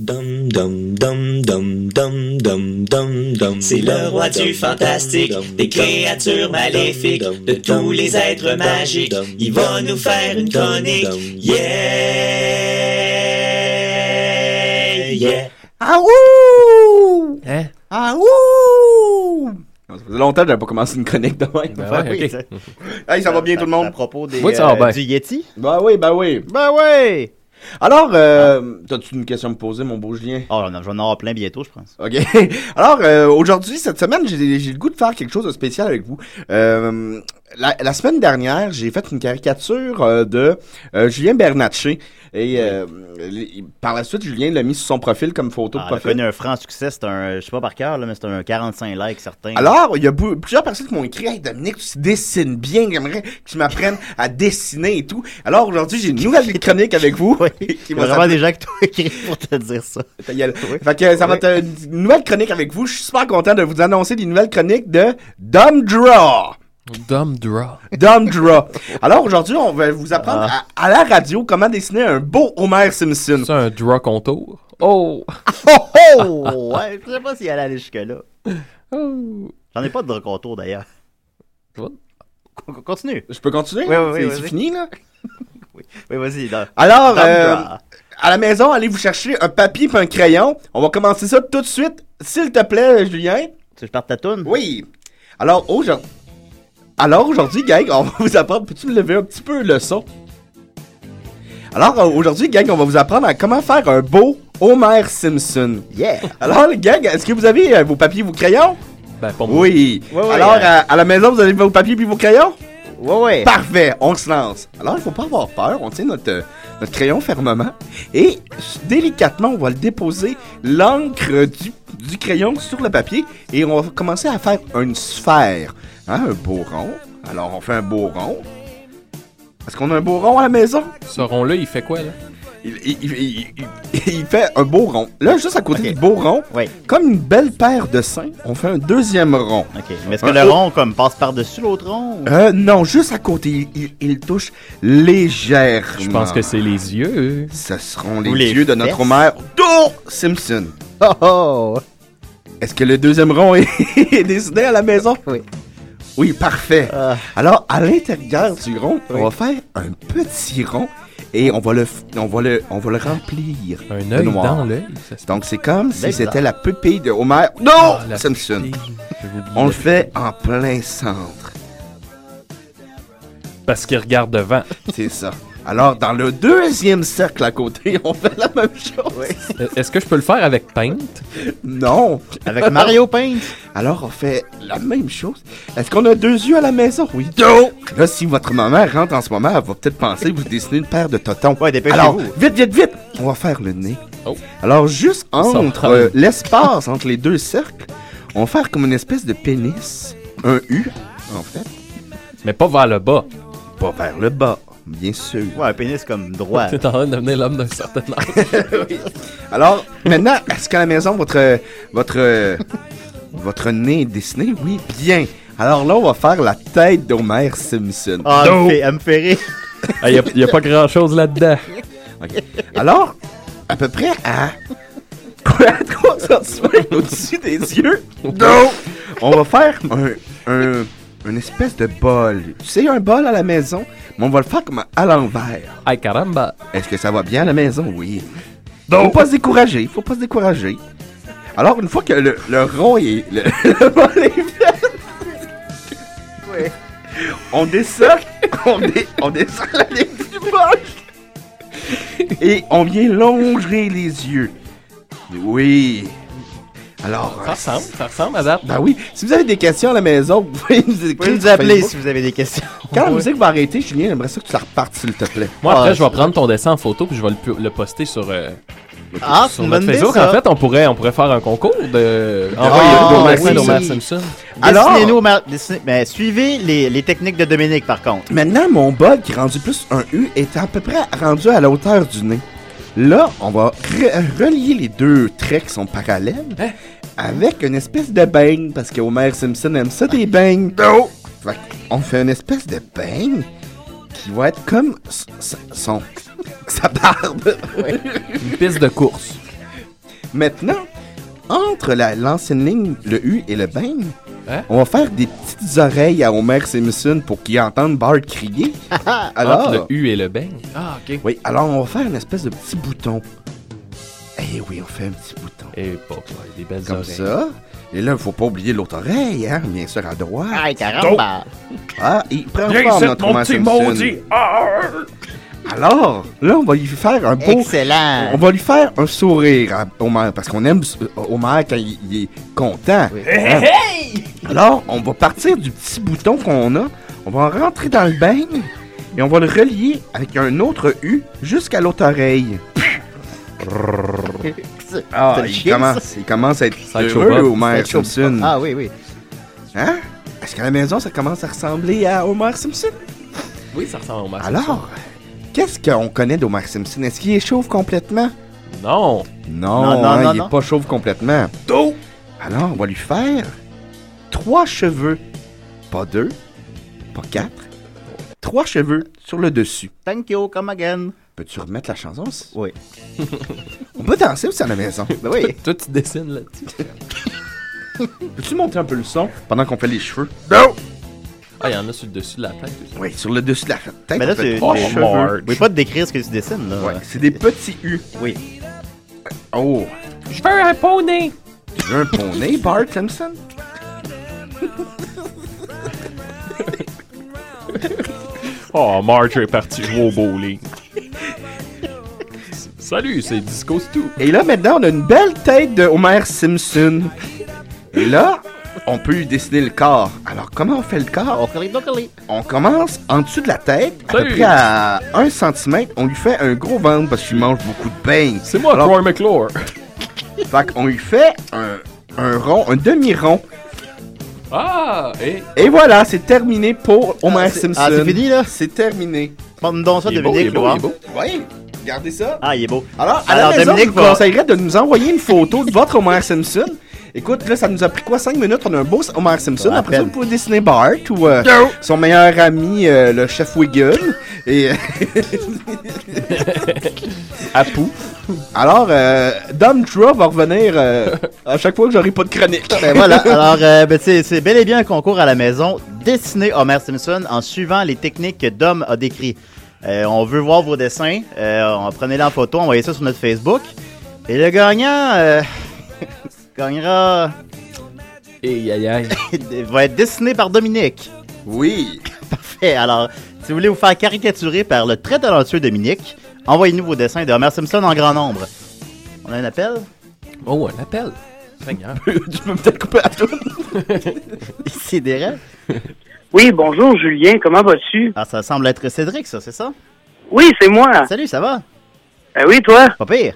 [SPEAKER 10] Dum dum dum dum dum dum dum dum.
[SPEAKER 11] C'est le roi du fantastique, des créatures maléfiques, de tous les êtres magiques. Il va nous faire une chronique. Yeah! Yeah!
[SPEAKER 8] Ah ouh!
[SPEAKER 7] Hein?
[SPEAKER 8] Ah ouh! Ça faisait longtemps que j'avais pas commencé une chronique de même.
[SPEAKER 5] Ben ouais, ok.
[SPEAKER 8] hey, ça va bien tout le monde?
[SPEAKER 5] À propos des,
[SPEAKER 8] Oui, ça va
[SPEAKER 5] euh,
[SPEAKER 8] bien.
[SPEAKER 5] du Yeti?
[SPEAKER 8] Ben oui, ben oui.
[SPEAKER 5] Ben oui!
[SPEAKER 8] Alors, euh, t'as-tu une question à me poser, mon beau Julien?
[SPEAKER 5] Oh, j'en ai- j'en ai avoir plein bientôt, je pense.
[SPEAKER 8] OK. Alors, euh, aujourd'hui, cette semaine, j'ai j'ai le goût de faire quelque chose de spécial avec vous. Euh, la, la semaine dernière, j'ai fait une caricature euh, de euh, Julien Bernatchez. Et euh, les- par la suite, Julien l'a mis sur son profil comme photo de
[SPEAKER 5] Ah, elle a
[SPEAKER 8] profil.
[SPEAKER 5] connu un franc succès, c'est un, je sais pas par cœur, là, mais c'est un 45 likes certain.
[SPEAKER 8] Alors, il y a bou- plusieurs personnes qui m'ont écrit Hey Dominique, tu dessines bien, j'aimerais que tu m'apprennes à dessiner et tout. Alors aujourd'hui, j'ai une nouvelle chronique avec vous.
[SPEAKER 5] il y a vraiment des gens qui t'ont écrit pour te dire ça.
[SPEAKER 8] Ta gueule. Fait que ça va être une nouvelle chronique avec vous. Je suis super content de vous annoncer des nouvelles chroniques de Dumb Draw.
[SPEAKER 7] Dumb Draw.
[SPEAKER 8] Dumb Draw. Alors aujourd'hui, on va vous apprendre à, à la radio comment dessiner un beau Homer Simpson.
[SPEAKER 7] C'est un draw contour. Oh!
[SPEAKER 8] oh,
[SPEAKER 5] oh! Ouais, je sais pas s'il allait aller jusque-là.
[SPEAKER 7] Oh!
[SPEAKER 5] J'en ai pas de contour d'ailleurs. Con- con- Continue.
[SPEAKER 8] Je peux continuer?
[SPEAKER 5] Oui, oui, oui,
[SPEAKER 8] C'est-
[SPEAKER 5] vas-y.
[SPEAKER 8] c'est fini, là?
[SPEAKER 5] oui, oui, vas-y. là.
[SPEAKER 8] Alors,
[SPEAKER 5] Dumb
[SPEAKER 8] euh,
[SPEAKER 5] Draw.
[SPEAKER 8] à la maison, allez vous chercher un papier et un crayon. On va commencer ça tout de suite. S'il te plaît, Julien.
[SPEAKER 5] Tu veux que je parte ta toune?
[SPEAKER 8] Oui. Alors, aujourd'hui... Alors, aujourd'hui, gang, on va vous apprendre... Peux-tu me lever un petit peu le son? Alors, euh, aujourd'hui, gang, on va vous apprendre à comment faire un beau Homer Simpson.
[SPEAKER 5] Yeah!
[SPEAKER 8] Alors, les gang, est-ce que vous avez euh, vos papiers et vos crayons?
[SPEAKER 7] Ben, pour moi.
[SPEAKER 8] Oui.
[SPEAKER 7] Ouais, ouais,
[SPEAKER 8] Alors,
[SPEAKER 7] euh,
[SPEAKER 8] à, à la maison, vous avez vos papiers puis vos crayons?
[SPEAKER 5] Ouais, ouais.
[SPEAKER 8] Parfait, on se lance. Alors, il faut pas avoir peur, on tient notre, euh, notre crayon fermement et s- délicatement, on va le déposer, l'encre du, du crayon sur le papier et on va commencer à faire une sphère. Hein, un beau rond. Alors, on fait un beau rond. Est-ce qu'on a un beau rond à la maison?
[SPEAKER 7] Ce rond-là, il fait quoi, là?
[SPEAKER 8] Il, il- il- il- il fait un beau rond. Là, juste à côté du beau rond, comme une belle paire de seins, on fait un deuxième rond.
[SPEAKER 5] Mais est-ce que
[SPEAKER 8] Ah,
[SPEAKER 5] le rond comme passe par-dessus l'autre rond? ou-
[SPEAKER 8] Euh, non, juste à côté, il, il- il touche légèrement.
[SPEAKER 7] Je pense que c'est les yeux.
[SPEAKER 8] Ce seront les,
[SPEAKER 7] Ou les
[SPEAKER 8] yeux de notre
[SPEAKER 7] fesses.
[SPEAKER 8] Homer Do Simpson. Oh, Est-ce que le deuxième rond est, est dessiné à la maison? Oui. Oui, parfait.
[SPEAKER 5] euh,
[SPEAKER 8] Alors, à l'intérieur du rond, on va faire un petit rond et on va le, f- on va le, on va le remplir. Un
[SPEAKER 7] œil dans l'œil,
[SPEAKER 8] Donc, c'est comme
[SPEAKER 7] Belle
[SPEAKER 8] si
[SPEAKER 7] dent.
[SPEAKER 8] c'était la pupille de Homer Do
[SPEAKER 7] Ah,
[SPEAKER 8] Simpson. On le fait en plein centre.
[SPEAKER 7] Parce qu'il regarde devant.
[SPEAKER 8] C'est ça. Alors, dans le deuxième cercle à côté, on fait la même chose.
[SPEAKER 7] Euh, Est-ce que je peux le faire avec Paint?
[SPEAKER 8] Non.
[SPEAKER 7] Avec Mario
[SPEAKER 8] Paint. Alors, on fait la même chose. Est-ce qu'on a deux yeux à la maison? Oui. Deux! Là, si votre maman rentre en ce moment, elle va peut-être penser que vous dessinez une paire de totons. Ouais,
[SPEAKER 5] dépêchez-vous.
[SPEAKER 8] Alors, vite, vite, vite! On va faire le nez.
[SPEAKER 7] Oh.
[SPEAKER 8] Alors, juste entre
[SPEAKER 7] prend.
[SPEAKER 8] euh, l'espace entre les deux cercles, on va faire comme une espèce de pénis. Un U, en fait.
[SPEAKER 7] Mais pas vers le bas.
[SPEAKER 8] Pas vers le bas, bien sûr.
[SPEAKER 5] Ouais, un pénis comme droit.
[SPEAKER 7] T'es en train de devenir l'homme d'un certain âge.
[SPEAKER 8] Alors, maintenant, est-ce qu'à la maison, votre, votre, euh, votre nez est dessiné? Oui, bien. Alors là, on va faire la tête d'Homer Simpson.
[SPEAKER 5] Ah, elle me fait- elle me fait rire.
[SPEAKER 7] Ah,
[SPEAKER 8] Il n'y a, pas grand-chose là-dedans. Alors, à peu près à... Quoi, 3 centimètres au-dessus des yeux? Non! On va faire un, un- une espèce de bol. Tu sais, un bol à la maison, mais on va le faire comme à l'envers.
[SPEAKER 7] Ay caramba!
[SPEAKER 8] Est-ce que ça va bien à la maison? Oui. Donc... Faut pas se décourager, faut pas se décourager. Alors, une fois que le, le rond est... le- le bol est
[SPEAKER 6] Ouais.
[SPEAKER 8] On descend, on, dé- on descend la ligne du bol. Et on vient longer les yeux. Oui. Alors.
[SPEAKER 7] Ça ressemble, ça ressemble à date.
[SPEAKER 8] Ben oui, si vous avez des questions à la maison, vous pouvez nous écrire.
[SPEAKER 7] nous
[SPEAKER 8] sur
[SPEAKER 7] appeler
[SPEAKER 8] Facebook.
[SPEAKER 7] si
[SPEAKER 5] vous avez des questions.
[SPEAKER 8] Quand la
[SPEAKER 7] Ouais.
[SPEAKER 8] musique va arrêter, Julien, j'aimerais ça que tu la repartes, s'il te plaît.
[SPEAKER 7] Moi, après, je vais
[SPEAKER 8] vais
[SPEAKER 7] prendre ton dessin en photo puis je vais le, pu- le poster sur, euh,
[SPEAKER 8] Ah, c'est
[SPEAKER 7] sur
[SPEAKER 8] une
[SPEAKER 7] notre
[SPEAKER 8] bonne idée,
[SPEAKER 7] Facebook.
[SPEAKER 8] ça.
[SPEAKER 7] En fait, on pourrait, on pourrait faire un concours de.
[SPEAKER 5] Ah,
[SPEAKER 7] envoyer
[SPEAKER 5] oui.
[SPEAKER 7] un dessin d'Homer Simpson.
[SPEAKER 5] Dessinez-nous, Mar- dessinez- mais suivez les, les techniques de Dominique, par contre.
[SPEAKER 8] Maintenant, mon bol qui est rendu plus un U est à peu près rendu à la hauteur du nez. Là, on va re- relier les deux traits qui sont parallèles avec une espèce de beigne, parce que Homer Simpson aime ça des beignes. Fait on fait une espèce de beigne qui va être comme s- s- son, sa barbe.
[SPEAKER 7] Une piste de course.
[SPEAKER 8] Maintenant, entre la- l'ancienne ligne, le U et le beigne, on va faire des petites oreilles à Homer Simpson pour qu'il entende Bart crier. Alors,
[SPEAKER 7] Entre le U et le beigne. Ah, ok.
[SPEAKER 8] oui, alors on va faire une espèce de petit bouton. Eh oui, on fait un petit bouton.
[SPEAKER 7] Et pas, des belles
[SPEAKER 8] Comme
[SPEAKER 7] oreilles.
[SPEAKER 8] ça. Et là, il faut pas oublier l'autre oreille, hein, bien sûr, à droite.
[SPEAKER 6] Ay, caramba.
[SPEAKER 8] Ah, il prend
[SPEAKER 6] Viens
[SPEAKER 8] forme
[SPEAKER 6] ici,
[SPEAKER 8] notre
[SPEAKER 6] mon
[SPEAKER 8] Homer
[SPEAKER 6] petit Ah.
[SPEAKER 8] Simpson.
[SPEAKER 6] maudit. Arr!
[SPEAKER 8] Alors, là, on va lui faire un beau.
[SPEAKER 5] Excellent.
[SPEAKER 8] On va lui faire un sourire à Homer, parce qu'on aime s- Homer quand il, il est content. Hein? Alors, on va partir du petit bouton qu'on a, on va rentrer dans le bain et on va le relier avec un autre U jusqu'à l'autre oreille. Ah,
[SPEAKER 5] C'est
[SPEAKER 8] il
[SPEAKER 5] chiant,
[SPEAKER 8] commence,
[SPEAKER 5] ça.
[SPEAKER 8] il commence à être
[SPEAKER 5] Sideshow
[SPEAKER 8] heureux,
[SPEAKER 5] Bob.
[SPEAKER 8] Homer
[SPEAKER 5] Sideshow Bob.
[SPEAKER 8] Simpson.
[SPEAKER 5] Ah oui, oui.
[SPEAKER 8] Hein? Est-ce qu'à la maison, ça commence à ressembler à Homer Simpson?
[SPEAKER 7] Oui, ça ressemble à Homer Simpson.
[SPEAKER 8] Alors, qu'est-ce qu'on connaît d'Homer Simpson? Est-ce qu'il est chauve complètement?
[SPEAKER 7] Non. Non,
[SPEAKER 8] Non,
[SPEAKER 7] non,
[SPEAKER 8] hein,
[SPEAKER 7] non,
[SPEAKER 8] il
[SPEAKER 7] non.
[SPEAKER 8] est pas chauve complètement. Alors, on va lui faire trois cheveux. Pas deux, pas quatre, trois cheveux sur le dessus.
[SPEAKER 5] Thank you, come again.
[SPEAKER 8] Peux-tu remettre la chanson?
[SPEAKER 5] Oui.
[SPEAKER 8] on peut danser aussi à la maison.
[SPEAKER 5] Ben oui.
[SPEAKER 7] Toi, tu dessines là-dessus.
[SPEAKER 8] Peux-tu monter un peu le son pendant qu'on fait les cheveux?
[SPEAKER 7] Ah, il y en a sur le dessus de la tête.
[SPEAKER 8] Oui, sur le dessus de la tête.
[SPEAKER 5] Mais là,
[SPEAKER 8] on fait
[SPEAKER 5] tu
[SPEAKER 8] trois
[SPEAKER 5] tu-
[SPEAKER 8] cheveux.
[SPEAKER 5] Oui, pas de décrire ce que tu dessines, là.
[SPEAKER 8] Ouais, c'est des petits U.
[SPEAKER 5] Oui.
[SPEAKER 8] Oh,
[SPEAKER 7] Je veux un poney.
[SPEAKER 8] tu veux un poney, Bart Simpson?
[SPEAKER 7] Oh, Marge est parti jouer au bowling. Salut, c'est Disco Stu.
[SPEAKER 8] Et là, maintenant, on a une belle tête de Homer Simpson. Et là, on peut lui dessiner le corps. Alors, comment on fait le
[SPEAKER 5] Ah,
[SPEAKER 8] corps? On commence en dessous de la tête, à peu
[SPEAKER 7] Salut.
[SPEAKER 8] près à 1 cm. On lui fait un gros ventre parce qu'il mange beaucoup de pain.
[SPEAKER 7] C'est moi, Roy McClure.
[SPEAKER 8] Fait qu'on lui fait un, un rond, un demi-rond.
[SPEAKER 7] Ah, et...
[SPEAKER 8] Et voilà, c'est terminé pour Homer
[SPEAKER 5] Ah, c'est-
[SPEAKER 8] Simpson.
[SPEAKER 5] ah, c'est fini,
[SPEAKER 8] là? C'est terminé.
[SPEAKER 5] Pomme donc ça,
[SPEAKER 8] Il est beau, il est
[SPEAKER 5] Dominique,
[SPEAKER 8] beau,
[SPEAKER 5] Loire.
[SPEAKER 8] il est beau. Oui, regardez ça.
[SPEAKER 5] Ah, il est beau.
[SPEAKER 8] Alors, à la maison, je vous conseillerais de nous envoyer une photo de votre Homer Simpson. Écoute, là, ça nous a pris quoi 5 minutes On a un beau Homer Simpson.
[SPEAKER 5] Ouais, à
[SPEAKER 8] Après ça,
[SPEAKER 5] peine.
[SPEAKER 8] vous pouvez dessiner Bart ou euh,
[SPEAKER 5] Yo.
[SPEAKER 8] son meilleur ami, euh, le chef Wiggle. Et. Apu. Alors, euh, Dom Tra va revenir euh, à chaque fois que j'aurai pas de chronique.
[SPEAKER 5] Ben voilà, alors, euh, ben, c'est c'est bel et bien un concours à la maison. Dessinez Homer Simpson en suivant les techniques que Dom a décrites. Euh, on veut voir vos dessins. Euh, on- Prenez-les en photo, envoyez ça sur notre Facebook. Et le gagnant euh, gagnera. Il va être dessiné par Dominique.
[SPEAKER 8] Oui.
[SPEAKER 5] Parfait. Alors, si vous voulez vous faire caricaturer par le très talentueux Dominique, envoyez-nous vos dessins de Homer Simpson en grand nombre. On a un appel?
[SPEAKER 7] Oh, un appel. Seigneur.
[SPEAKER 8] tu peux peut-être couper la toune.
[SPEAKER 5] C'est des rêves.
[SPEAKER 12] Oui, bonjour Julien, comment vas-tu?
[SPEAKER 5] Ah, ça semble être Cédric, ça, c'est ça?
[SPEAKER 12] Oui, c'est
[SPEAKER 8] Ah.
[SPEAKER 12] moi.
[SPEAKER 5] Salut, ça va?
[SPEAKER 12] Ben oui, toi?
[SPEAKER 5] Pas pire.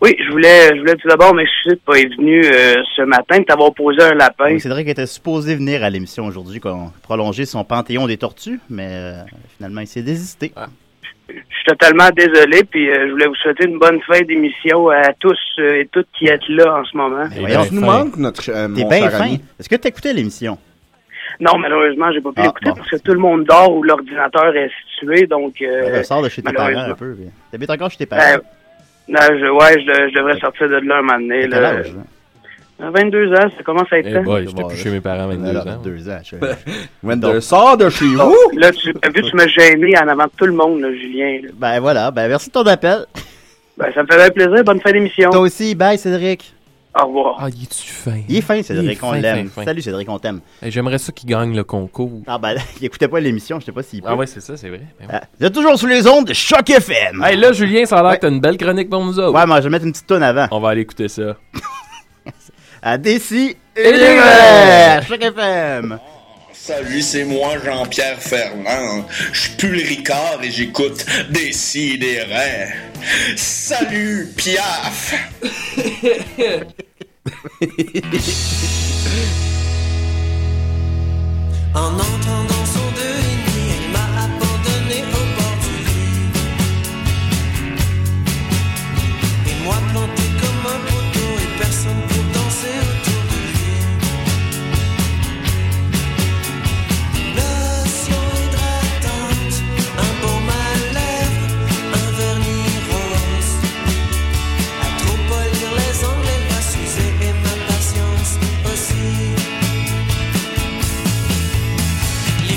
[SPEAKER 12] Oui, je voulais, je voulais tout d'abord m'excuser de pas être venu euh, ce matin, de t'avoir posé un lapin.
[SPEAKER 5] Oui, Cédric était supposé venir à l'émission aujourd'hui, qu'on prolonger son panthéon des tortues, mais euh, finalement, il s'est désisté.
[SPEAKER 12] Je suis totalement désolé, puis euh, je voulais vous souhaiter une bonne fin d'émission à tous euh, et toutes qui êtes là en ce moment.
[SPEAKER 8] Eh
[SPEAKER 5] Voyons,
[SPEAKER 8] Ben, tu nous manques, notre, euh,
[SPEAKER 5] T'es
[SPEAKER 8] mon
[SPEAKER 5] bien
[SPEAKER 8] cher
[SPEAKER 5] fin.
[SPEAKER 8] ami.
[SPEAKER 5] Est-ce que t'écoutais l'émission?
[SPEAKER 12] Non, malheureusement, j'ai pas pu
[SPEAKER 5] Ah,
[SPEAKER 12] l'écouter parce que tout le monde dort ou l'ordinateur est situé, donc... Euh,
[SPEAKER 5] Euh, sors de chez tes parents
[SPEAKER 12] malheureusement.
[SPEAKER 5] un peu. puis T'habites encore chez tes parents?
[SPEAKER 12] Ben, non, je, ouais, je, je devrais sortir de là un moment donné.
[SPEAKER 5] T'as
[SPEAKER 12] Là.
[SPEAKER 5] quel âge, hein? là?
[SPEAKER 12] À 22 ans, ça commence à être
[SPEAKER 7] Eh
[SPEAKER 12] temps.
[SPEAKER 7] boy, j'étais plus chez mes parents à 22
[SPEAKER 5] Alors,
[SPEAKER 7] ans.
[SPEAKER 5] deux ans, je-
[SPEAKER 8] Wendell, sors de chez vous.
[SPEAKER 12] Là, tu, t'as vu, tu m'as gêné en avant de tout le monde, là, Julien. là.
[SPEAKER 5] Ben voilà, ben merci de ton appel.
[SPEAKER 12] Ben, ça me fait bien plaisir. Bonne fin d'émission.
[SPEAKER 5] Toi aussi, bye Cédric.
[SPEAKER 12] Au revoir.
[SPEAKER 7] Ah, il est-tu fin?
[SPEAKER 5] Il est fin,
[SPEAKER 7] Il est
[SPEAKER 5] Cédric, on
[SPEAKER 7] fin,
[SPEAKER 5] l'aime.
[SPEAKER 7] fin, fin.
[SPEAKER 5] Salut Cédric, on t'aime.
[SPEAKER 7] Eh, J'aimerais ça qu'il gagne le concours.
[SPEAKER 5] Ah ben, il écoutait pas l'émission, je sais pas s'il peut.
[SPEAKER 7] Ah ouais, c'est ça, c'est vrai. Ben oui.
[SPEAKER 5] Ah, Vous êtes toujours sur les ondes de Choc FM.
[SPEAKER 7] Hey, là, Julien, ça a l'air que t'as une belle chronique pour nous autres.
[SPEAKER 5] Ouais, moi, je vais mettre une petite tonne avant.
[SPEAKER 7] On va aller écouter ça.
[SPEAKER 5] À Décis
[SPEAKER 6] Et
[SPEAKER 5] et
[SPEAKER 6] des
[SPEAKER 5] des
[SPEAKER 6] Verts.
[SPEAKER 5] Verts, Choc FM.
[SPEAKER 6] Salut, c'est moi Jean-Pierre Fernand. Je suis plus le Ricard et j'écoute des si des reins. Salut, Piaf!
[SPEAKER 13] En entendant son demi, elle m'a abandonné au bord du lit. Et moi planté comme un poteau et personne pour danser autour de lui. Lotion hydratante, un baume à lèvres, un vernis rose. À trop polir les angles, elle va s'user et ma patience aussi. Les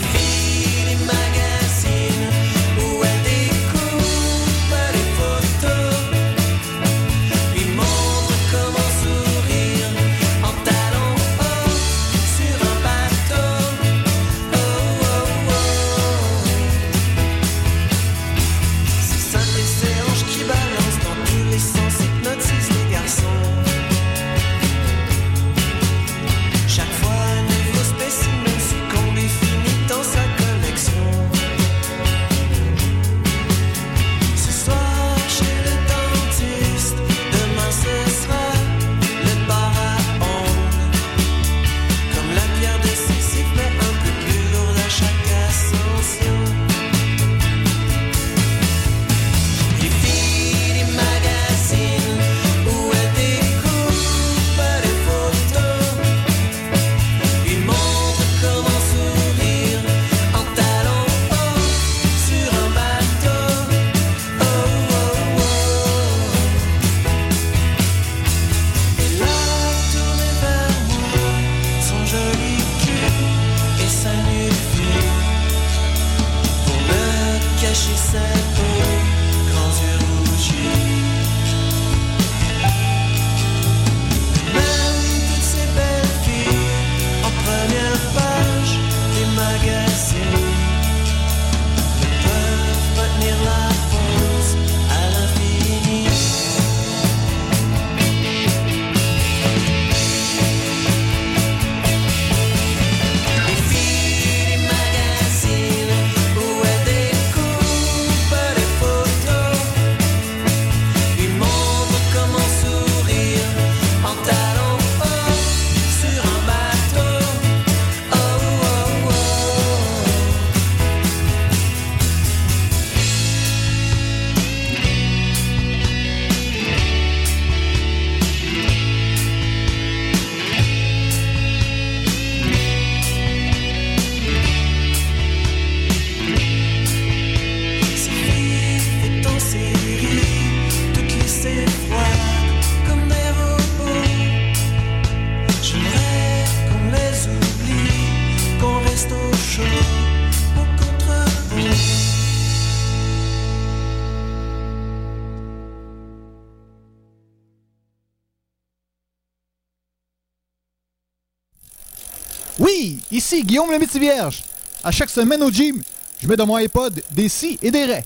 [SPEAKER 14] Oui, ici Guillaume le métier vierge. À chaque semaine au gym, je mets dans mon iPod des si et des raies.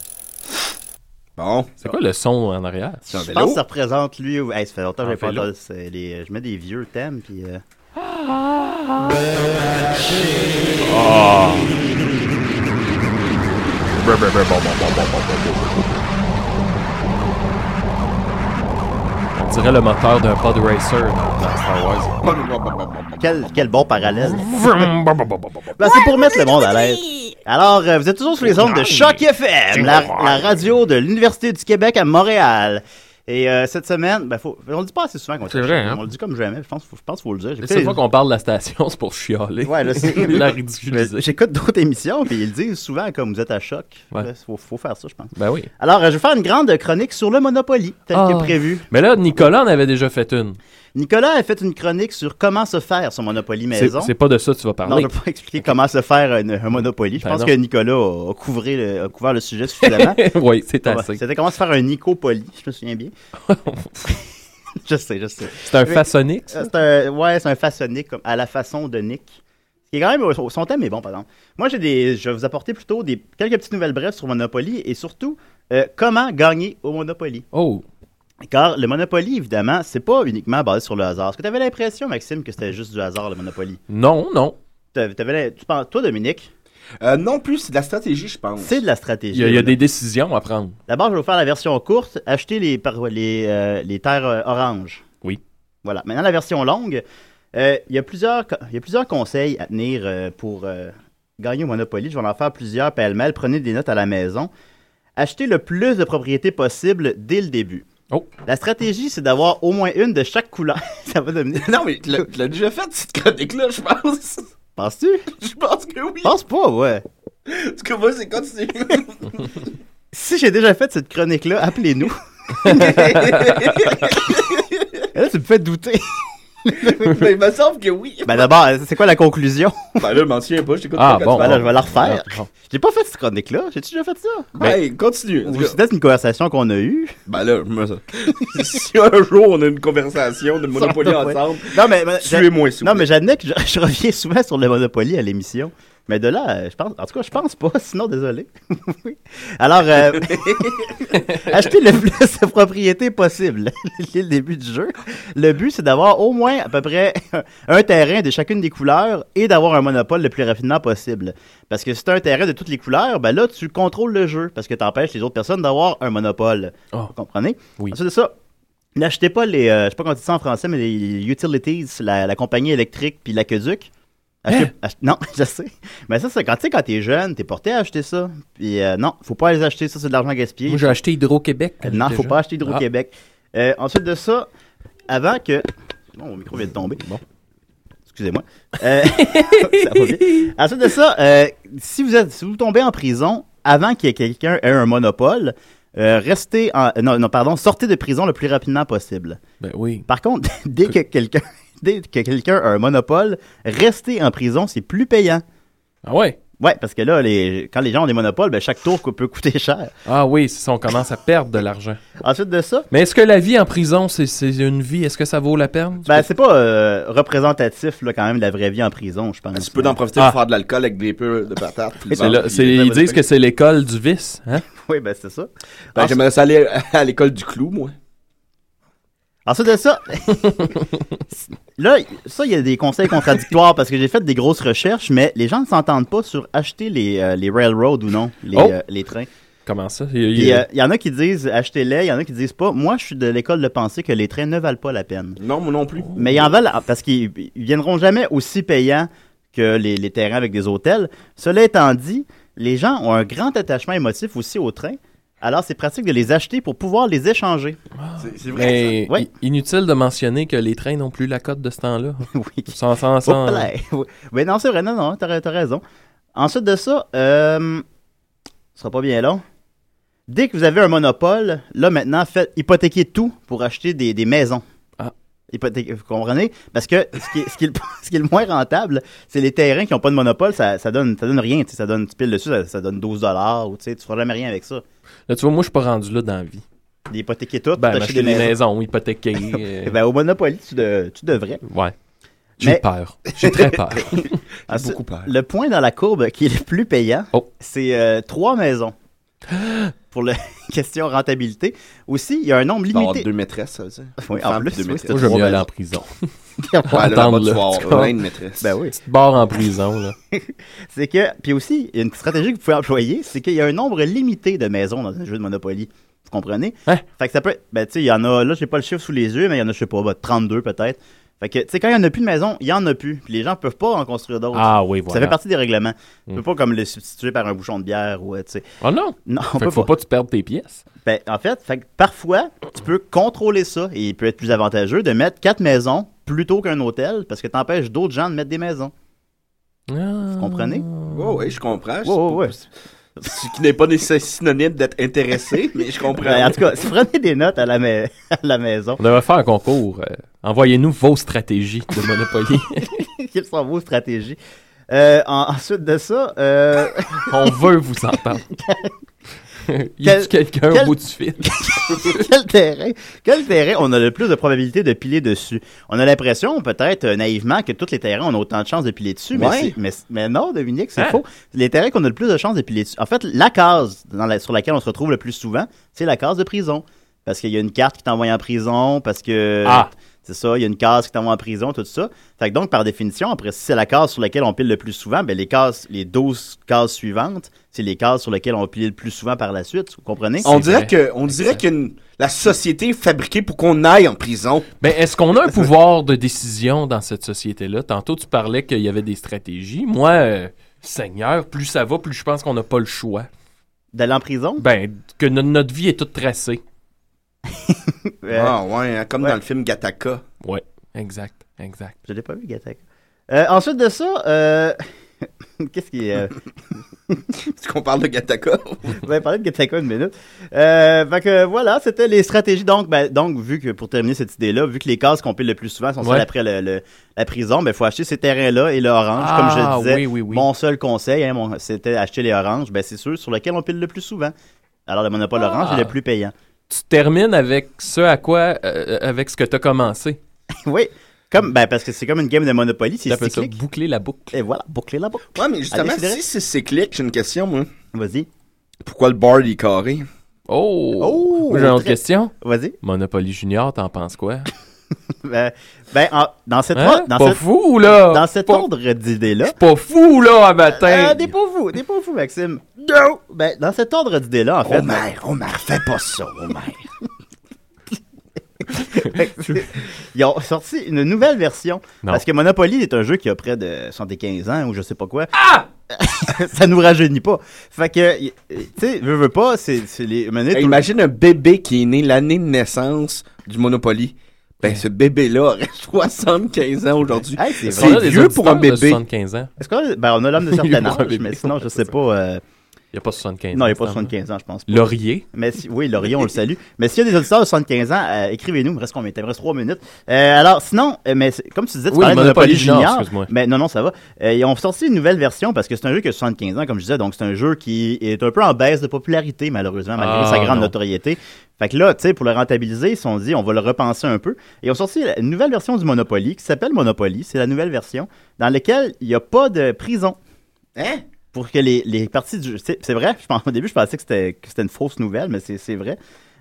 [SPEAKER 8] Bon.
[SPEAKER 7] C'est quoi le son en arrière? C'est
[SPEAKER 5] Je pense que ça représente lui. ou- Hey, ça fait longtemps que j'ai pas entendu. c'est les- Je mets des vieux thèmes, puis. euh,
[SPEAKER 13] Ah.
[SPEAKER 7] On dirait le moteur d'un pod racer dans dans Star Wars.
[SPEAKER 5] Quel, quel bon parallèle. Ben, c'est pour mettre le monde à l'aise. Alors, euh, vous êtes toujours sous les ondes de Choc FM, la, la radio de l'Université du Québec à Montréal. Et euh, cette semaine, ben, faut, on le dit pas assez souvent qu'on
[SPEAKER 7] C'est vrai, hein?
[SPEAKER 5] On le dit comme jamais, je pense, faut- je pense qu'il faut le dire. J'ai
[SPEAKER 7] La
[SPEAKER 5] fait-
[SPEAKER 7] seule fois qu'on parle de la station, c'est pour chialer.
[SPEAKER 5] Ouais, là, c'est-
[SPEAKER 7] la ridiculiser.
[SPEAKER 5] J'écoute d'autres émissions, puis ils le disent souvent comme vous êtes à choc.
[SPEAKER 7] Ouais.
[SPEAKER 5] Il faut, faut faire ça, je pense.
[SPEAKER 7] Ben oui.
[SPEAKER 5] Alors, euh, je vais faire une grande chronique sur le Monopoly, tel
[SPEAKER 7] Ah.
[SPEAKER 5] que prévu.
[SPEAKER 7] Mais là, Nicolas en avait déjà fait une.
[SPEAKER 5] Nicolas a fait une chronique sur comment se faire son Monopoly
[SPEAKER 7] C'est
[SPEAKER 5] maison.
[SPEAKER 7] c'est pas de ça que tu vas
[SPEAKER 5] Non,
[SPEAKER 7] parler.
[SPEAKER 5] je ne vais pas expliquer comment se faire un, un Monopoly. Je
[SPEAKER 7] Ben
[SPEAKER 5] pense
[SPEAKER 7] non.
[SPEAKER 5] que Nicolas a, a couvré le- a couvert le sujet suffisamment.
[SPEAKER 7] Oui, c'est
[SPEAKER 5] Comment-
[SPEAKER 7] assez.
[SPEAKER 5] C'était comment se faire un Nicopoly, je me souviens bien. je sais, je sais.
[SPEAKER 7] C'est un
[SPEAKER 5] Mais-
[SPEAKER 7] façonnique, ça?
[SPEAKER 5] Euh, C'est un, ouais, c'est un façonnique, comme à la façon de Nick. Ce qui est quand même, son thème est bon, par exemple. Moi, j'ai des, je vais vous apporter plutôt des, quelques petites nouvelles brèves sur Monopoly et surtout, euh, comment gagner au Monopoly.
[SPEAKER 7] Oh!
[SPEAKER 5] Car le Monopoly, évidemment, c'est pas uniquement basé sur le hasard. Est-ce que tu avais l'impression, Maxime, que c'était juste du hasard, le Monopoly?
[SPEAKER 7] Non, non.
[SPEAKER 5] tu penses, toi, Dominique?
[SPEAKER 8] Euh, non plus, c'est de la stratégie, je pense.
[SPEAKER 5] C'est de la stratégie.
[SPEAKER 7] Il y a, il y a
[SPEAKER 5] Monopoly.
[SPEAKER 7] des décisions à prendre.
[SPEAKER 5] D'abord, je vais vous faire la version courte. Acheter les, par- les, euh, les terres euh, oranges.
[SPEAKER 7] Oui.
[SPEAKER 5] Voilà. Maintenant, la version longue. Euh, Il y, a plusieurs co- il y a plusieurs conseils à tenir euh, pour euh, gagner au Monopoly. Je vais en faire plusieurs pêle-mêle. Prenez des notes à la maison. Acheter le plus de propriétés possible dès le début. La stratégie, c'est d'avoir au moins une de chaque couleur. Ça va devenir.
[SPEAKER 8] non, mais tu l'as- tu l'as déjà fait, cette chronique-là, je pense.
[SPEAKER 5] Penses-tu?
[SPEAKER 8] Je pense que oui.
[SPEAKER 5] Je pense pas, ouais.
[SPEAKER 8] En tout cas, moi, c'est continué.
[SPEAKER 5] Si j'ai déjà fait cette chronique-là, appelez-nous. Et là, tu me fais douter.
[SPEAKER 8] Mais il me semble que oui.
[SPEAKER 5] Ben d'abord, c'est quoi la conclusion?
[SPEAKER 8] Ben là, je m'en souviens pas, je t'écoute pas
[SPEAKER 5] Ben là,
[SPEAKER 8] quand tu parles.
[SPEAKER 5] je vais la refaire.
[SPEAKER 8] Ah, bon.
[SPEAKER 5] J'ai pas fait cette chronique-là. J'ai-tu déjà fait ça?
[SPEAKER 8] Ben, hey, continue. en tout
[SPEAKER 5] Ou
[SPEAKER 8] cas.
[SPEAKER 5] C'était une conversation qu'on a eue.
[SPEAKER 8] Ben là, moi, ça- si un jour on a une conversation de Monopoly
[SPEAKER 5] Ouais.
[SPEAKER 8] ensemble,
[SPEAKER 5] Non, mais, mais-
[SPEAKER 8] tuez-moi
[SPEAKER 5] Non, mais j'admets que je, je reviens souvent sur le Monopoly à l'émission. Mais de là, euh, je pense. En tout cas, je pense pas. Sinon, désolé. Oui. Alors, euh, achetez le plus de propriétés possible. C'est le début du jeu. Le but, c'est d'avoir au moins à peu près un terrain de chacune des couleurs et d'avoir un monopole le plus rapidement possible. Parce que si tu un terrain de toutes les couleurs, ben là, tu contrôles le jeu parce que tu empêches les autres personnes d'avoir un monopole. Vous comprenez? Ensuite de ça, n'achetez pas les, euh, je sais pas comment on dit ça en français, mais les utilities, la, la compagnie électrique puis l'aqueduc. Achetez- ach- non, je sais. Mais ça, c'est quand tu sais, quand t'es jeune, t'es porté à acheter ça. Puis euh, non, faut pas les acheter, ça, c'est de l'argent gaspillé.
[SPEAKER 7] Moi, j'ai acheté Hydro-Québec. quand
[SPEAKER 5] Non,
[SPEAKER 7] j'étais
[SPEAKER 5] faut
[SPEAKER 7] jeune.
[SPEAKER 5] pas acheter Hydro-Québec. Euh, ensuite de ça, avant que. Bon, mon micro vient de tomber. Bon. Excusez-moi. Euh, ça va vite. ensuite de ça, euh, si, vous êtes, si vous tombez en prison avant que quelqu'un ait un monopole, euh, restez en. Non, non, pardon, sortez de prison le plus rapidement possible.
[SPEAKER 7] Ben oui.
[SPEAKER 5] Par contre, dès que quelqu'un. Dès que quelqu'un a un monopole, rester en prison, c'est plus payant.
[SPEAKER 7] Ah ouais?
[SPEAKER 5] Ouais, parce que là, les, quand les gens ont des monopoles, ben, chaque tour co- peut coûter cher.
[SPEAKER 7] Ah oui, c'est ça, on commence à perdre de l'argent.
[SPEAKER 5] Ensuite de ça,
[SPEAKER 7] Mais est-ce que la vie en prison, c'est c'est une vie? Est-ce que ça vaut la peine?
[SPEAKER 5] Ben, c'est pas euh, représentatif, là, quand même, de la vraie vie en prison, je pense.
[SPEAKER 8] Tu peux en profiter
[SPEAKER 7] Ah.
[SPEAKER 8] pour faire de l'alcool avec des peurs de patates. puis le
[SPEAKER 7] C'est
[SPEAKER 8] vendre,
[SPEAKER 7] là-
[SPEAKER 8] puis
[SPEAKER 7] c'est-
[SPEAKER 8] le-
[SPEAKER 7] ils disent que c'est l'école du vice. Hein?
[SPEAKER 5] Oui, ben, c'est ça.
[SPEAKER 8] Ben, J'aimerais ça aller à l'école du clou, moi.
[SPEAKER 5] Ensuite de ça, là, ça, il y a des conseils contradictoires parce que j'ai fait des grosses recherches, mais les gens ne s'entendent pas sur acheter les, euh, les railroads ou non, les,
[SPEAKER 7] Oh!
[SPEAKER 5] euh, les trains.
[SPEAKER 7] Comment ça?
[SPEAKER 5] Il y, a- il y en a qui disent achetez-les, il y en a qui disent pas. Moi, je suis de l'école de pensée que les trains ne valent pas la peine.
[SPEAKER 8] Non, moi non plus.
[SPEAKER 5] Mais ils en valent parce qu'ils ils viendront jamais aussi payants que les, les terrains avec des hôtels. Cela étant dit, les gens ont un grand attachement émotif aussi aux trains. Alors, c'est pratique de les acheter pour pouvoir les échanger.
[SPEAKER 8] C'est
[SPEAKER 7] Mais
[SPEAKER 5] Oui.
[SPEAKER 7] i- inutile de mentionner que les trains n'ont plus la cote de ce temps-là.
[SPEAKER 5] oui.
[SPEAKER 7] Sans, sans, sans- euh.
[SPEAKER 5] Oups, là. Oui. Mais non, c'est vrai, non, non, t'as t'as raison. Ensuite de ça, euh, ce sera pas bien long. Dès que vous avez un monopole, là maintenant, faites hypothéquer tout pour acheter des, des maisons.
[SPEAKER 7] Ah.
[SPEAKER 5] Hypothé- vous comprenez? Parce que ce qui est, ce qui est le, ce qui est le moins rentable, c'est les terrains qui n'ont pas de monopole, ça, ça, donne, ça donne rien. tu sais, Ça donne, tu piles dessus, ça, ça donne 12 ou tu sais, tu feras jamais rien avec ça.
[SPEAKER 7] Là, tu vois, moi, je suis pas rendu là dans la vie.
[SPEAKER 5] D'hypothéquer tout,
[SPEAKER 7] Ben,
[SPEAKER 5] t'achètes Eh
[SPEAKER 7] m'acheter des maisons, hypothéquer. euh,
[SPEAKER 5] ben, au Monopoly, tu, de- tu devrais.
[SPEAKER 7] Ouais. J'ai
[SPEAKER 5] Mais-
[SPEAKER 7] peur. J'ai très peur.
[SPEAKER 5] Ah,
[SPEAKER 7] J'ai
[SPEAKER 5] ça,
[SPEAKER 7] beaucoup peur.
[SPEAKER 5] Le point dans la courbe qui est le plus payant,
[SPEAKER 7] Oh.
[SPEAKER 5] c'est euh, trois maisons. Pour la question rentabilité. Aussi, il y a un nombre
[SPEAKER 8] Il va y avoir
[SPEAKER 5] limité.
[SPEAKER 8] deux maîtresses, ça veut dire.
[SPEAKER 5] Oui,
[SPEAKER 8] Une
[SPEAKER 5] en
[SPEAKER 8] femme,
[SPEAKER 5] plus,
[SPEAKER 8] deux
[SPEAKER 5] oui,
[SPEAKER 8] maîtresses.
[SPEAKER 5] c'est
[SPEAKER 7] Moi, j'aime
[SPEAKER 5] trois
[SPEAKER 7] mieux aller
[SPEAKER 5] maisons.
[SPEAKER 7] en prison.
[SPEAKER 5] Ouais,
[SPEAKER 7] Attendre,
[SPEAKER 5] là, là-bas, tu vas
[SPEAKER 7] là,
[SPEAKER 5] avoir
[SPEAKER 7] tu comprends?
[SPEAKER 5] plein de maîtresses. Ben oui.
[SPEAKER 7] Petite barre en prison, là.
[SPEAKER 5] c'est que, puis aussi, il y a une stratégie que vous pouvez employer, c'est qu'il y a un nombre limité de maisons dans un jeu de Monopoly. Vous comprenez? Fait que ça peut être- ben tu sais, il y en a, là, j'ai pas le chiffre sous les yeux, mais il y en a, je sais pas, bah, 32 peut-être. Fait que, tu sais, quand il y en a plus de maisons, il y en a plus. Puis les gens peuvent pas en construire d'autres.
[SPEAKER 7] Ah oui, voilà.
[SPEAKER 5] Ça fait partie des règlements. Tu
[SPEAKER 7] Mm.
[SPEAKER 5] peux pas comme le substituer par un bouchon de bière ou, euh, tu sais.
[SPEAKER 7] Oh non!
[SPEAKER 5] Non, on peut
[SPEAKER 7] Fait que faut
[SPEAKER 5] pas.
[SPEAKER 7] pas que tu perdes tes pièces.
[SPEAKER 5] Ben, en fait, fait que parfois, tu peux contrôler ça et il peut être plus avantageux de mettre quatre maisons plutôt qu'un hôtel parce que t'empêches d'autres gens de mettre des maisons. Vous comprenez?
[SPEAKER 7] Ah.
[SPEAKER 8] Oui, Oh oui, je comprends.
[SPEAKER 5] Ouais, ouais, ouais.
[SPEAKER 8] Ce qui n'est pas nécessaire- synonyme d'être intéressé, mais je comprends.
[SPEAKER 5] Ben, en tout cas, si vous prenez des notes à la, mai- à la maison,
[SPEAKER 7] On devrait faire un concours. euh, Envoyez-nous vos stratégies de Monopoly.
[SPEAKER 5] quelles sont vos stratégies? Euh, en- ensuite de ça, euh,
[SPEAKER 7] On veut vous entendre. y a
[SPEAKER 5] Quel-
[SPEAKER 7] quelqu'un
[SPEAKER 5] quel-
[SPEAKER 7] au bout du fil?
[SPEAKER 5] quel terrain, quel terrain on a le plus de probabilité de piler dessus? On a l'impression, peut-être euh, naïvement, que tous les terrains, on a autant de chances de piler dessus, mais,
[SPEAKER 8] Ouais.
[SPEAKER 5] c'est- mais, mais non, Dominique, c'est
[SPEAKER 8] Hein?
[SPEAKER 5] faux. Les terrains qu'on a le plus de chances de piler dessus. En fait, la case dans la- sur laquelle on se retrouve le plus souvent, c'est la case de prison. Parce qu'il y a une carte qui t'envoie en prison, parce que.
[SPEAKER 7] Ah.
[SPEAKER 5] C'est ça, il y a une case qui t'envoie en prison, tout ça. Fait que donc, par définition, après, si c'est la case sur laquelle on pile le plus souvent, ben les cases, les 12 cases suivantes, c'est les cases sur lesquelles on pile le plus souvent par la suite, vous comprenez?
[SPEAKER 8] On dirait que, on dirait que la société est fabriquée pour qu'on aille en prison.
[SPEAKER 7] Ben, est-ce qu'on a un pouvoir de décision dans cette société-là? Tantôt, tu parlais qu'il y avait des stratégies. Moi, euh, Seigneur, plus ça va, plus je pense qu'on n'a pas le choix.
[SPEAKER 5] D'aller en prison?
[SPEAKER 7] Ben, que no- notre vie est toute tracée.
[SPEAKER 8] Ah ouais, hein, comme dans le film Gattaca.
[SPEAKER 7] Ouais, exact, exact.
[SPEAKER 5] Je l'ai pas vu, Gattaca. Euh, ensuite de ça, euh, qu'est-ce qui est. euh,
[SPEAKER 8] Est-ce qu'on parle de Gattaca?
[SPEAKER 5] On va parler de Gattaca une minute. Euh, fait que voilà, c'était les stratégies. Donc, ben, donc, vu que pour terminer cette idée-là, vu que les cases qu'on pile le plus souvent sont
[SPEAKER 7] Ouais.
[SPEAKER 5] celles après le- le- la prison, ben, faut acheter ces terrains-là et le orange.
[SPEAKER 7] Ah,
[SPEAKER 5] comme je disais,
[SPEAKER 7] oui, oui, oui.
[SPEAKER 5] mon seul conseil, hein, mon- c'était acheter les oranges. Ben, c'est ceux sur lesquels on pile le plus souvent. Alors, le monopole
[SPEAKER 7] Ah.
[SPEAKER 5] orange est le plus payant.
[SPEAKER 7] Tu termines avec ce à quoi, euh, avec ce que tu as commencé.
[SPEAKER 5] oui. Comme, ben, parce que c'est comme une game de Monopoly, c'est
[SPEAKER 7] T'appelles ça
[SPEAKER 5] cyclique. Euh,
[SPEAKER 7] boucler la boucle.
[SPEAKER 5] Et voilà, boucler la boucle.
[SPEAKER 8] Ouais, mais justement,
[SPEAKER 5] Allez, Cédric.
[SPEAKER 8] si c'est cyclique, j'ai une question, moi.
[SPEAKER 5] Vas-y.
[SPEAKER 8] Pourquoi le bar il est carré?
[SPEAKER 7] Oh!
[SPEAKER 8] Oh,
[SPEAKER 7] Moi, J'ai une autre
[SPEAKER 8] très-
[SPEAKER 7] question.
[SPEAKER 5] Vas-y.
[SPEAKER 7] Monopoly Junior, t'en penses quoi?
[SPEAKER 5] Ben, ben, en- dans cette
[SPEAKER 7] Hein?
[SPEAKER 5] dans
[SPEAKER 7] Pas
[SPEAKER 5] cette-
[SPEAKER 7] fou, là!
[SPEAKER 5] Dans cet ordre d'idées-là.
[SPEAKER 7] Pas fou, là, à matin!
[SPEAKER 5] Euh, des pas fou, des pas fou, Maxime. Non! Ben, dans cet ordre d'idées-là, en
[SPEAKER 8] Oh
[SPEAKER 5] fait.
[SPEAKER 8] Omer, Omer, fais pas ça, Omer.
[SPEAKER 5] Ils ont sorti une nouvelle version.
[SPEAKER 8] Non.
[SPEAKER 5] Parce que Monopoly est un jeu qui a près de 75 ans ou je sais pas quoi. ça nous rajeunit pas. Fait que, y- euh, tu sais, veux, veux pas, c'est c'est les. mener
[SPEAKER 8] Hey,
[SPEAKER 5] tout-
[SPEAKER 8] imagine un bébé qui est né l'année de naissance du Monopoly. Ben, ce bébé-là aurait 75 ans aujourd'hui.
[SPEAKER 5] Hey, c'est vrai. On a
[SPEAKER 8] c'est
[SPEAKER 5] des
[SPEAKER 8] vieux pour un
[SPEAKER 7] auditeurs de
[SPEAKER 8] bébé.
[SPEAKER 7] 75 ans.
[SPEAKER 5] Est-ce qu'on a, ben, on a l'homme de
[SPEAKER 7] Il est
[SPEAKER 5] certain
[SPEAKER 7] pour un
[SPEAKER 5] âge,
[SPEAKER 7] bébé.
[SPEAKER 5] mais sinon, je sais pas. euh,
[SPEAKER 7] Il n'y a pas
[SPEAKER 5] Non,
[SPEAKER 7] 75
[SPEAKER 5] il n'y a
[SPEAKER 7] ans,
[SPEAKER 5] pas
[SPEAKER 7] ça,
[SPEAKER 5] 75 ans, je pense. pas.
[SPEAKER 7] Laurier.
[SPEAKER 5] Mais si- oui, Laurier, on le salue. Mais s'il y a des auditeurs de 75 ans, euh, écrivez-nous. Il me reste combien de temps? Il me reste 3 minutes. Euh, alors, sinon, euh, mais c'est- comme tu disais, tu
[SPEAKER 7] Oui,
[SPEAKER 5] parlais de
[SPEAKER 7] Monopoly
[SPEAKER 5] Monopoly
[SPEAKER 7] Junior,
[SPEAKER 5] Junior.
[SPEAKER 7] excuse-moi.
[SPEAKER 5] mais non, non, ça va. Euh, ils ont sorti une nouvelle version parce que c'est un jeu qui a 75 ans, comme je disais. Donc, c'est un jeu qui est un peu en baisse de popularité, malheureusement, malgré
[SPEAKER 7] Ah,
[SPEAKER 5] sa grande
[SPEAKER 7] non.
[SPEAKER 5] notoriété. Fait que là, tu sais, pour le rentabiliser, ils se sont dit, on va le repenser un peu. Et ils ont sorti la- une nouvelle version du Monopoly qui s'appelle Monopoly. C'est la nouvelle version dans laquelle il n'y a pas de prison.
[SPEAKER 8] Hein?
[SPEAKER 5] Pour que les, les parties du. C'est c'est vrai, je pense, au début, je pensais que c'était que c'était une fausse nouvelle, mais c'est c'est vrai.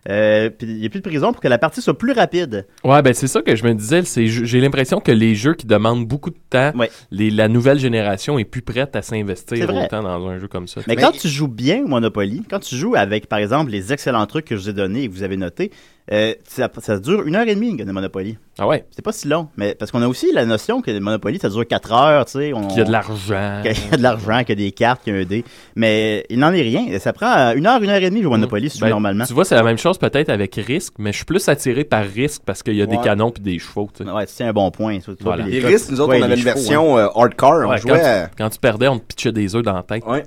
[SPEAKER 5] Euh, puis il n'y a plus de prison pour que la partie soit plus rapide.
[SPEAKER 7] Ouais, ben c'est ça que je me disais. c'est- J'ai l'impression que les jeux qui demandent beaucoup de temps, les- la nouvelle génération est plus prête à
[SPEAKER 5] C'est
[SPEAKER 7] s'investir
[SPEAKER 5] vrai.
[SPEAKER 7] autant dans un jeu comme ça.
[SPEAKER 5] Mais, quand tu joues bien au Monopoly, quand tu joues avec, par exemple, les excellents trucs que je vous ai donnés et que vous avez notés, euh, ça, ça dure une heure et demie, une game de Monopoly.
[SPEAKER 7] Ah ouais?
[SPEAKER 5] C'est pas si long. mais Parce qu'on a aussi la notion que le Monopoly, ça dure 4 heures, tu sais. on-
[SPEAKER 7] Qu'il y a de l'argent.
[SPEAKER 5] Qu'il y a de l'argent, qu'il y a des cartes, qu'il y a un dé. Mais il n'en est rien. Ça prend euh, une heure, une heure et demie de jouer au Monopoly, si tu
[SPEAKER 7] Ben,
[SPEAKER 5] joues normalement.
[SPEAKER 7] Tu vois, c'est la même chose peut-être avec risque, mais je suis plus attiré par risque parce qu'il y a des
[SPEAKER 5] Ouais.
[SPEAKER 7] canons puis des chevaux. tu sais.
[SPEAKER 5] Ouais, c'est un bon point. ça, toi,
[SPEAKER 7] Voilà.
[SPEAKER 5] puis
[SPEAKER 8] Les risques, nous autres,
[SPEAKER 5] ouais,
[SPEAKER 8] on avait
[SPEAKER 5] les
[SPEAKER 8] une
[SPEAKER 5] chevaux,
[SPEAKER 8] version
[SPEAKER 5] hein.
[SPEAKER 8] euh, hardcore.
[SPEAKER 7] Ouais,
[SPEAKER 8] on
[SPEAKER 7] quand,
[SPEAKER 8] jouait. à-
[SPEAKER 7] tu, quand tu perdais, on te pitchait des œufs dans la tête.
[SPEAKER 8] Ouais.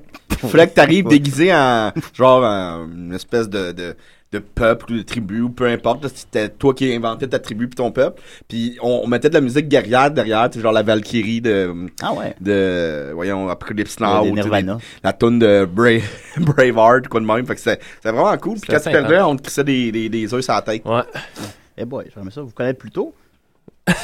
[SPEAKER 8] Fallait que t'arrives déguisé en genre en une espèce de, de, de peuple ou de tribu ou peu importe. là, C'était toi qui inventais ta tribu puis ton peuple. Puis on, on mettait de la musique guerrière derrière, tu sais, genre la Valkyrie de
[SPEAKER 5] Ah ouais.
[SPEAKER 8] de voyons Apocalypse Now,
[SPEAKER 5] Ouais, des
[SPEAKER 8] tu sais,
[SPEAKER 5] Nirvana.
[SPEAKER 8] les- la tune de Brave Braveheart quoi de même. Fait que c'était c'était vraiment cool. Puis
[SPEAKER 5] C'était
[SPEAKER 8] quand tu
[SPEAKER 5] sympa.
[SPEAKER 8] perdais, on te crissait des des des œufs sur la tête.
[SPEAKER 7] Ouais.
[SPEAKER 5] Eh boy, j'aimerais ça vous connaître plus tôt.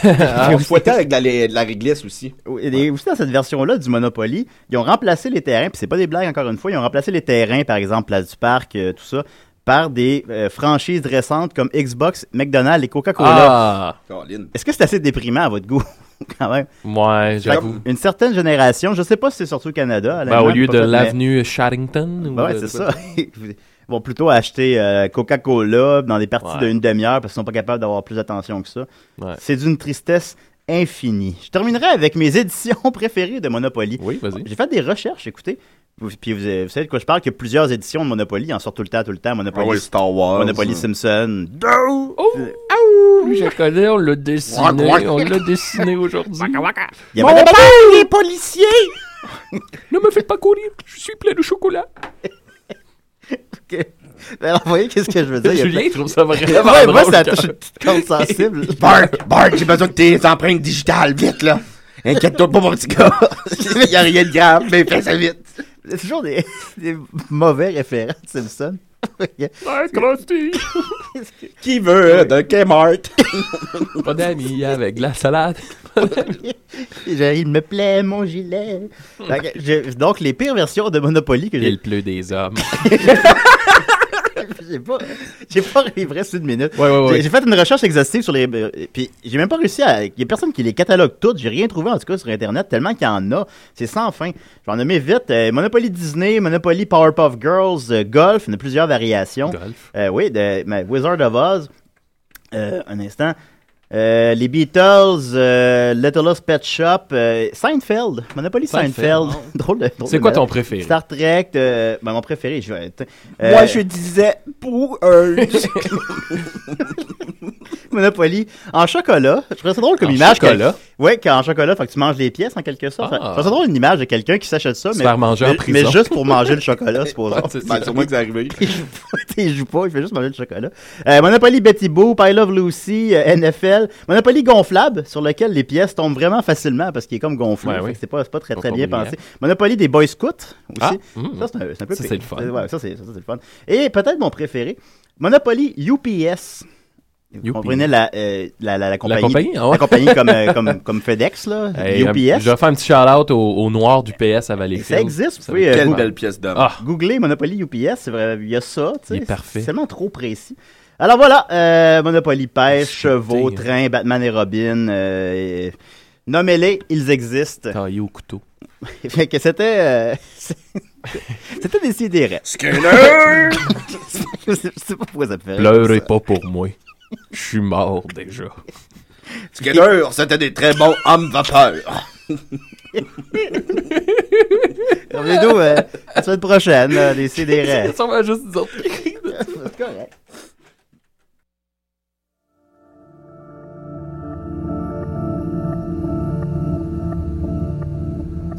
[SPEAKER 8] on fouettait avec de la, de la réglisse aussi.
[SPEAKER 5] Et et aussi dans cette version-là du Monopoly, ils ont remplacé les terrains, puis c'est pas des blagues encore une fois, ils ont remplacé les terrains, par exemple Place du Parc, euh, tout ça, par des euh, franchises récentes comme Xbox, McDonald's et
[SPEAKER 7] Oh
[SPEAKER 5] Coca-Cola.
[SPEAKER 8] Ah. Colin.
[SPEAKER 5] Est-ce que c'est assez déprimant à votre goût, quand même?
[SPEAKER 7] Ouais, j'avoue.
[SPEAKER 5] Comme Une certaine génération, je sais pas si c'est surtout au Canada. à la
[SPEAKER 7] Ben, au
[SPEAKER 5] limite,
[SPEAKER 7] lieu
[SPEAKER 5] pas
[SPEAKER 7] de
[SPEAKER 5] tout, mais-
[SPEAKER 7] l'avenue Sharrington. ou euh,
[SPEAKER 5] Ben ouais,
[SPEAKER 7] de-
[SPEAKER 5] c'est ça. Ils vont plutôt acheter euh, Coca-Cola dans des parties
[SPEAKER 7] Ouais.
[SPEAKER 5] d'une demi-heure parce qu'ils sont pas capables d'avoir plus d'attention que ça. C'est d'une tristesse infinie. Je terminerai avec mes éditions préférées de Monopoly.
[SPEAKER 7] Oui, vas-y.
[SPEAKER 5] J'ai fait des recherches, écoutez. Vous- Puis vous, vous savez de quoi je parle, qu'il y a plusieurs éditions de Monopoly, il en sort tout le temps, tout le temps. Monopoly,
[SPEAKER 8] Ah ouais, Star Wars,
[SPEAKER 5] Monopoly
[SPEAKER 8] hein.
[SPEAKER 5] Simpson. Oh!
[SPEAKER 7] Lui, je connais, on l'a dessiné.
[SPEAKER 5] Ouac, ouac.
[SPEAKER 7] on l'a dessiné aujourd'hui.
[SPEAKER 5] Il y a
[SPEAKER 7] Mon
[SPEAKER 5] Madame-
[SPEAKER 7] père!
[SPEAKER 13] Les policiers!
[SPEAKER 7] Ne me faites pas courir, je suis plein de chocolat.
[SPEAKER 5] Ben Alors, vous voyez qu'est-ce que je veux dire? Il y a
[SPEAKER 7] Julien,
[SPEAKER 5] plein-
[SPEAKER 7] trouve ça vraiment
[SPEAKER 5] Ouais, moi,
[SPEAKER 7] drôle,
[SPEAKER 5] ça
[SPEAKER 7] quand-
[SPEAKER 5] touche une petite corde sensible.
[SPEAKER 8] Bart, Bart, j'ai besoin de tes empreintes digitales, vite, là. Inquiète-toi pas, mon petit gars. Il n'y a rien de grave, mais fais ça vite.
[SPEAKER 5] C'est toujours des, des mauvais référents de Simpson.
[SPEAKER 8] Qui veut euh, de Kmart?
[SPEAKER 7] Pas d'amis avec de la salade.
[SPEAKER 5] Je- il me plaît, mon gilet. Fait que je- donc, les pires versions de Monopoly que j'ai.
[SPEAKER 7] Il pleut des hommes.
[SPEAKER 5] j'ai pas, j'ai pas arrivé sur une minute.
[SPEAKER 7] ouais, ouais.
[SPEAKER 5] J'ai, j'ai fait une recherche exhaustive sur les. euh, Puis j'ai même pas réussi à. Il y a personne qui les catalogue toutes. J'ai rien trouvé en tout cas sur Internet tellement qu'il y en a. C'est sans fin. Je vais en nommer vite. Euh, Monopoly Disney, Monopoly Powerpuff Girls, euh, Golf. Il y en a plusieurs variations. Euh,
[SPEAKER 7] Golf.
[SPEAKER 5] oui, de, mais Wizard of Oz. Euh, un instant. Euh, les Beatles, euh, Little Us Pet Shop, euh, Seinfeld, Monopoly Seinfeld.
[SPEAKER 7] Seinfeld. Oh.
[SPEAKER 5] drôle de- drôle
[SPEAKER 7] C'est
[SPEAKER 5] de
[SPEAKER 7] quoi
[SPEAKER 5] malade.
[SPEAKER 7] ton préféré?
[SPEAKER 5] Star Trek, euh, ben, mon préféré, je vais être- euh,
[SPEAKER 8] Moi, je disais pour eux.
[SPEAKER 5] Monopoly en chocolat. Je trouve ça drôle comme
[SPEAKER 7] En
[SPEAKER 5] image.
[SPEAKER 7] Ah, chocolat?
[SPEAKER 5] Que, ouais, qu'en chocolat, faut que tu manges les pièces en quelque sorte.
[SPEAKER 7] Ah.
[SPEAKER 5] Je trouve ça drôle une image de quelqu'un qui s'achète ça,
[SPEAKER 7] Se
[SPEAKER 5] mais,
[SPEAKER 7] faire manger en
[SPEAKER 5] mais-
[SPEAKER 7] prison.
[SPEAKER 5] mais juste pour manger le chocolat, supposons.
[SPEAKER 7] Ouais, c'est Ben, ça. sûrement que
[SPEAKER 8] c'est arrivé.
[SPEAKER 5] Il joue pas, il joue pas, il fait juste manger le chocolat. Euh, Monopoly Betty Boop, I Love Lucy, euh, NFL. Monopoly gonflable, sur lequel les pièces tombent vraiment facilement parce qu'il est comme gonflé.
[SPEAKER 7] Ouais,
[SPEAKER 5] Fait
[SPEAKER 7] oui.
[SPEAKER 5] que C'est pas, c'est pas très,
[SPEAKER 7] Pas
[SPEAKER 5] très
[SPEAKER 7] pas
[SPEAKER 5] bien
[SPEAKER 7] brillant.
[SPEAKER 5] pensé. Monopoly des Boy Scouts aussi.
[SPEAKER 7] Ah, mm.
[SPEAKER 5] Ça, c'est un, un peu
[SPEAKER 7] Ça,
[SPEAKER 5] pire.
[SPEAKER 7] c'est le fun.
[SPEAKER 5] Ouais, ça, c'est ça, c'est le fun. Et peut-être mon préféré, Monopoly UPS. Vous comprenez la, euh, la, la, la compagnie,
[SPEAKER 7] compagnie, ah ouais.
[SPEAKER 5] la compagnie comme, euh, comme, comme FedEx, là,
[SPEAKER 7] Hey, euh,
[SPEAKER 5] UPS.
[SPEAKER 7] Je vais faire un petit shout-out au, au noir du PS à Valleyfield.
[SPEAKER 5] Ça existe, vous
[SPEAKER 7] Ça
[SPEAKER 5] pouvez,
[SPEAKER 7] fait
[SPEAKER 5] euh,
[SPEAKER 7] tellement-
[SPEAKER 5] vous-
[SPEAKER 7] Ah,
[SPEAKER 5] Googlez Monopoly UPS, c'est vrai, il y a ça, tu sais.
[SPEAKER 7] Il est parfait.
[SPEAKER 5] C'est tellement trop précis. Alors voilà, euh, Monopoly pêche, chevaux, train, Batman et Robin, euh, et- nommez-les, ils existent.
[SPEAKER 7] Taillé au couteau.
[SPEAKER 5] fait que c'était... euh, c'était des sidérés.
[SPEAKER 7] Skinner!
[SPEAKER 5] Je sais- je sais pas pourquoi ça te fait rire,
[SPEAKER 7] pleurez
[SPEAKER 5] ça.
[SPEAKER 7] pas pour moi. Je suis mort déjà.
[SPEAKER 8] Skinner, c'était des très bons hommes vapeur.
[SPEAKER 5] Revenez-nous euh, la semaine prochaine, euh, des sidérés.
[SPEAKER 7] Ça, on va juste dire.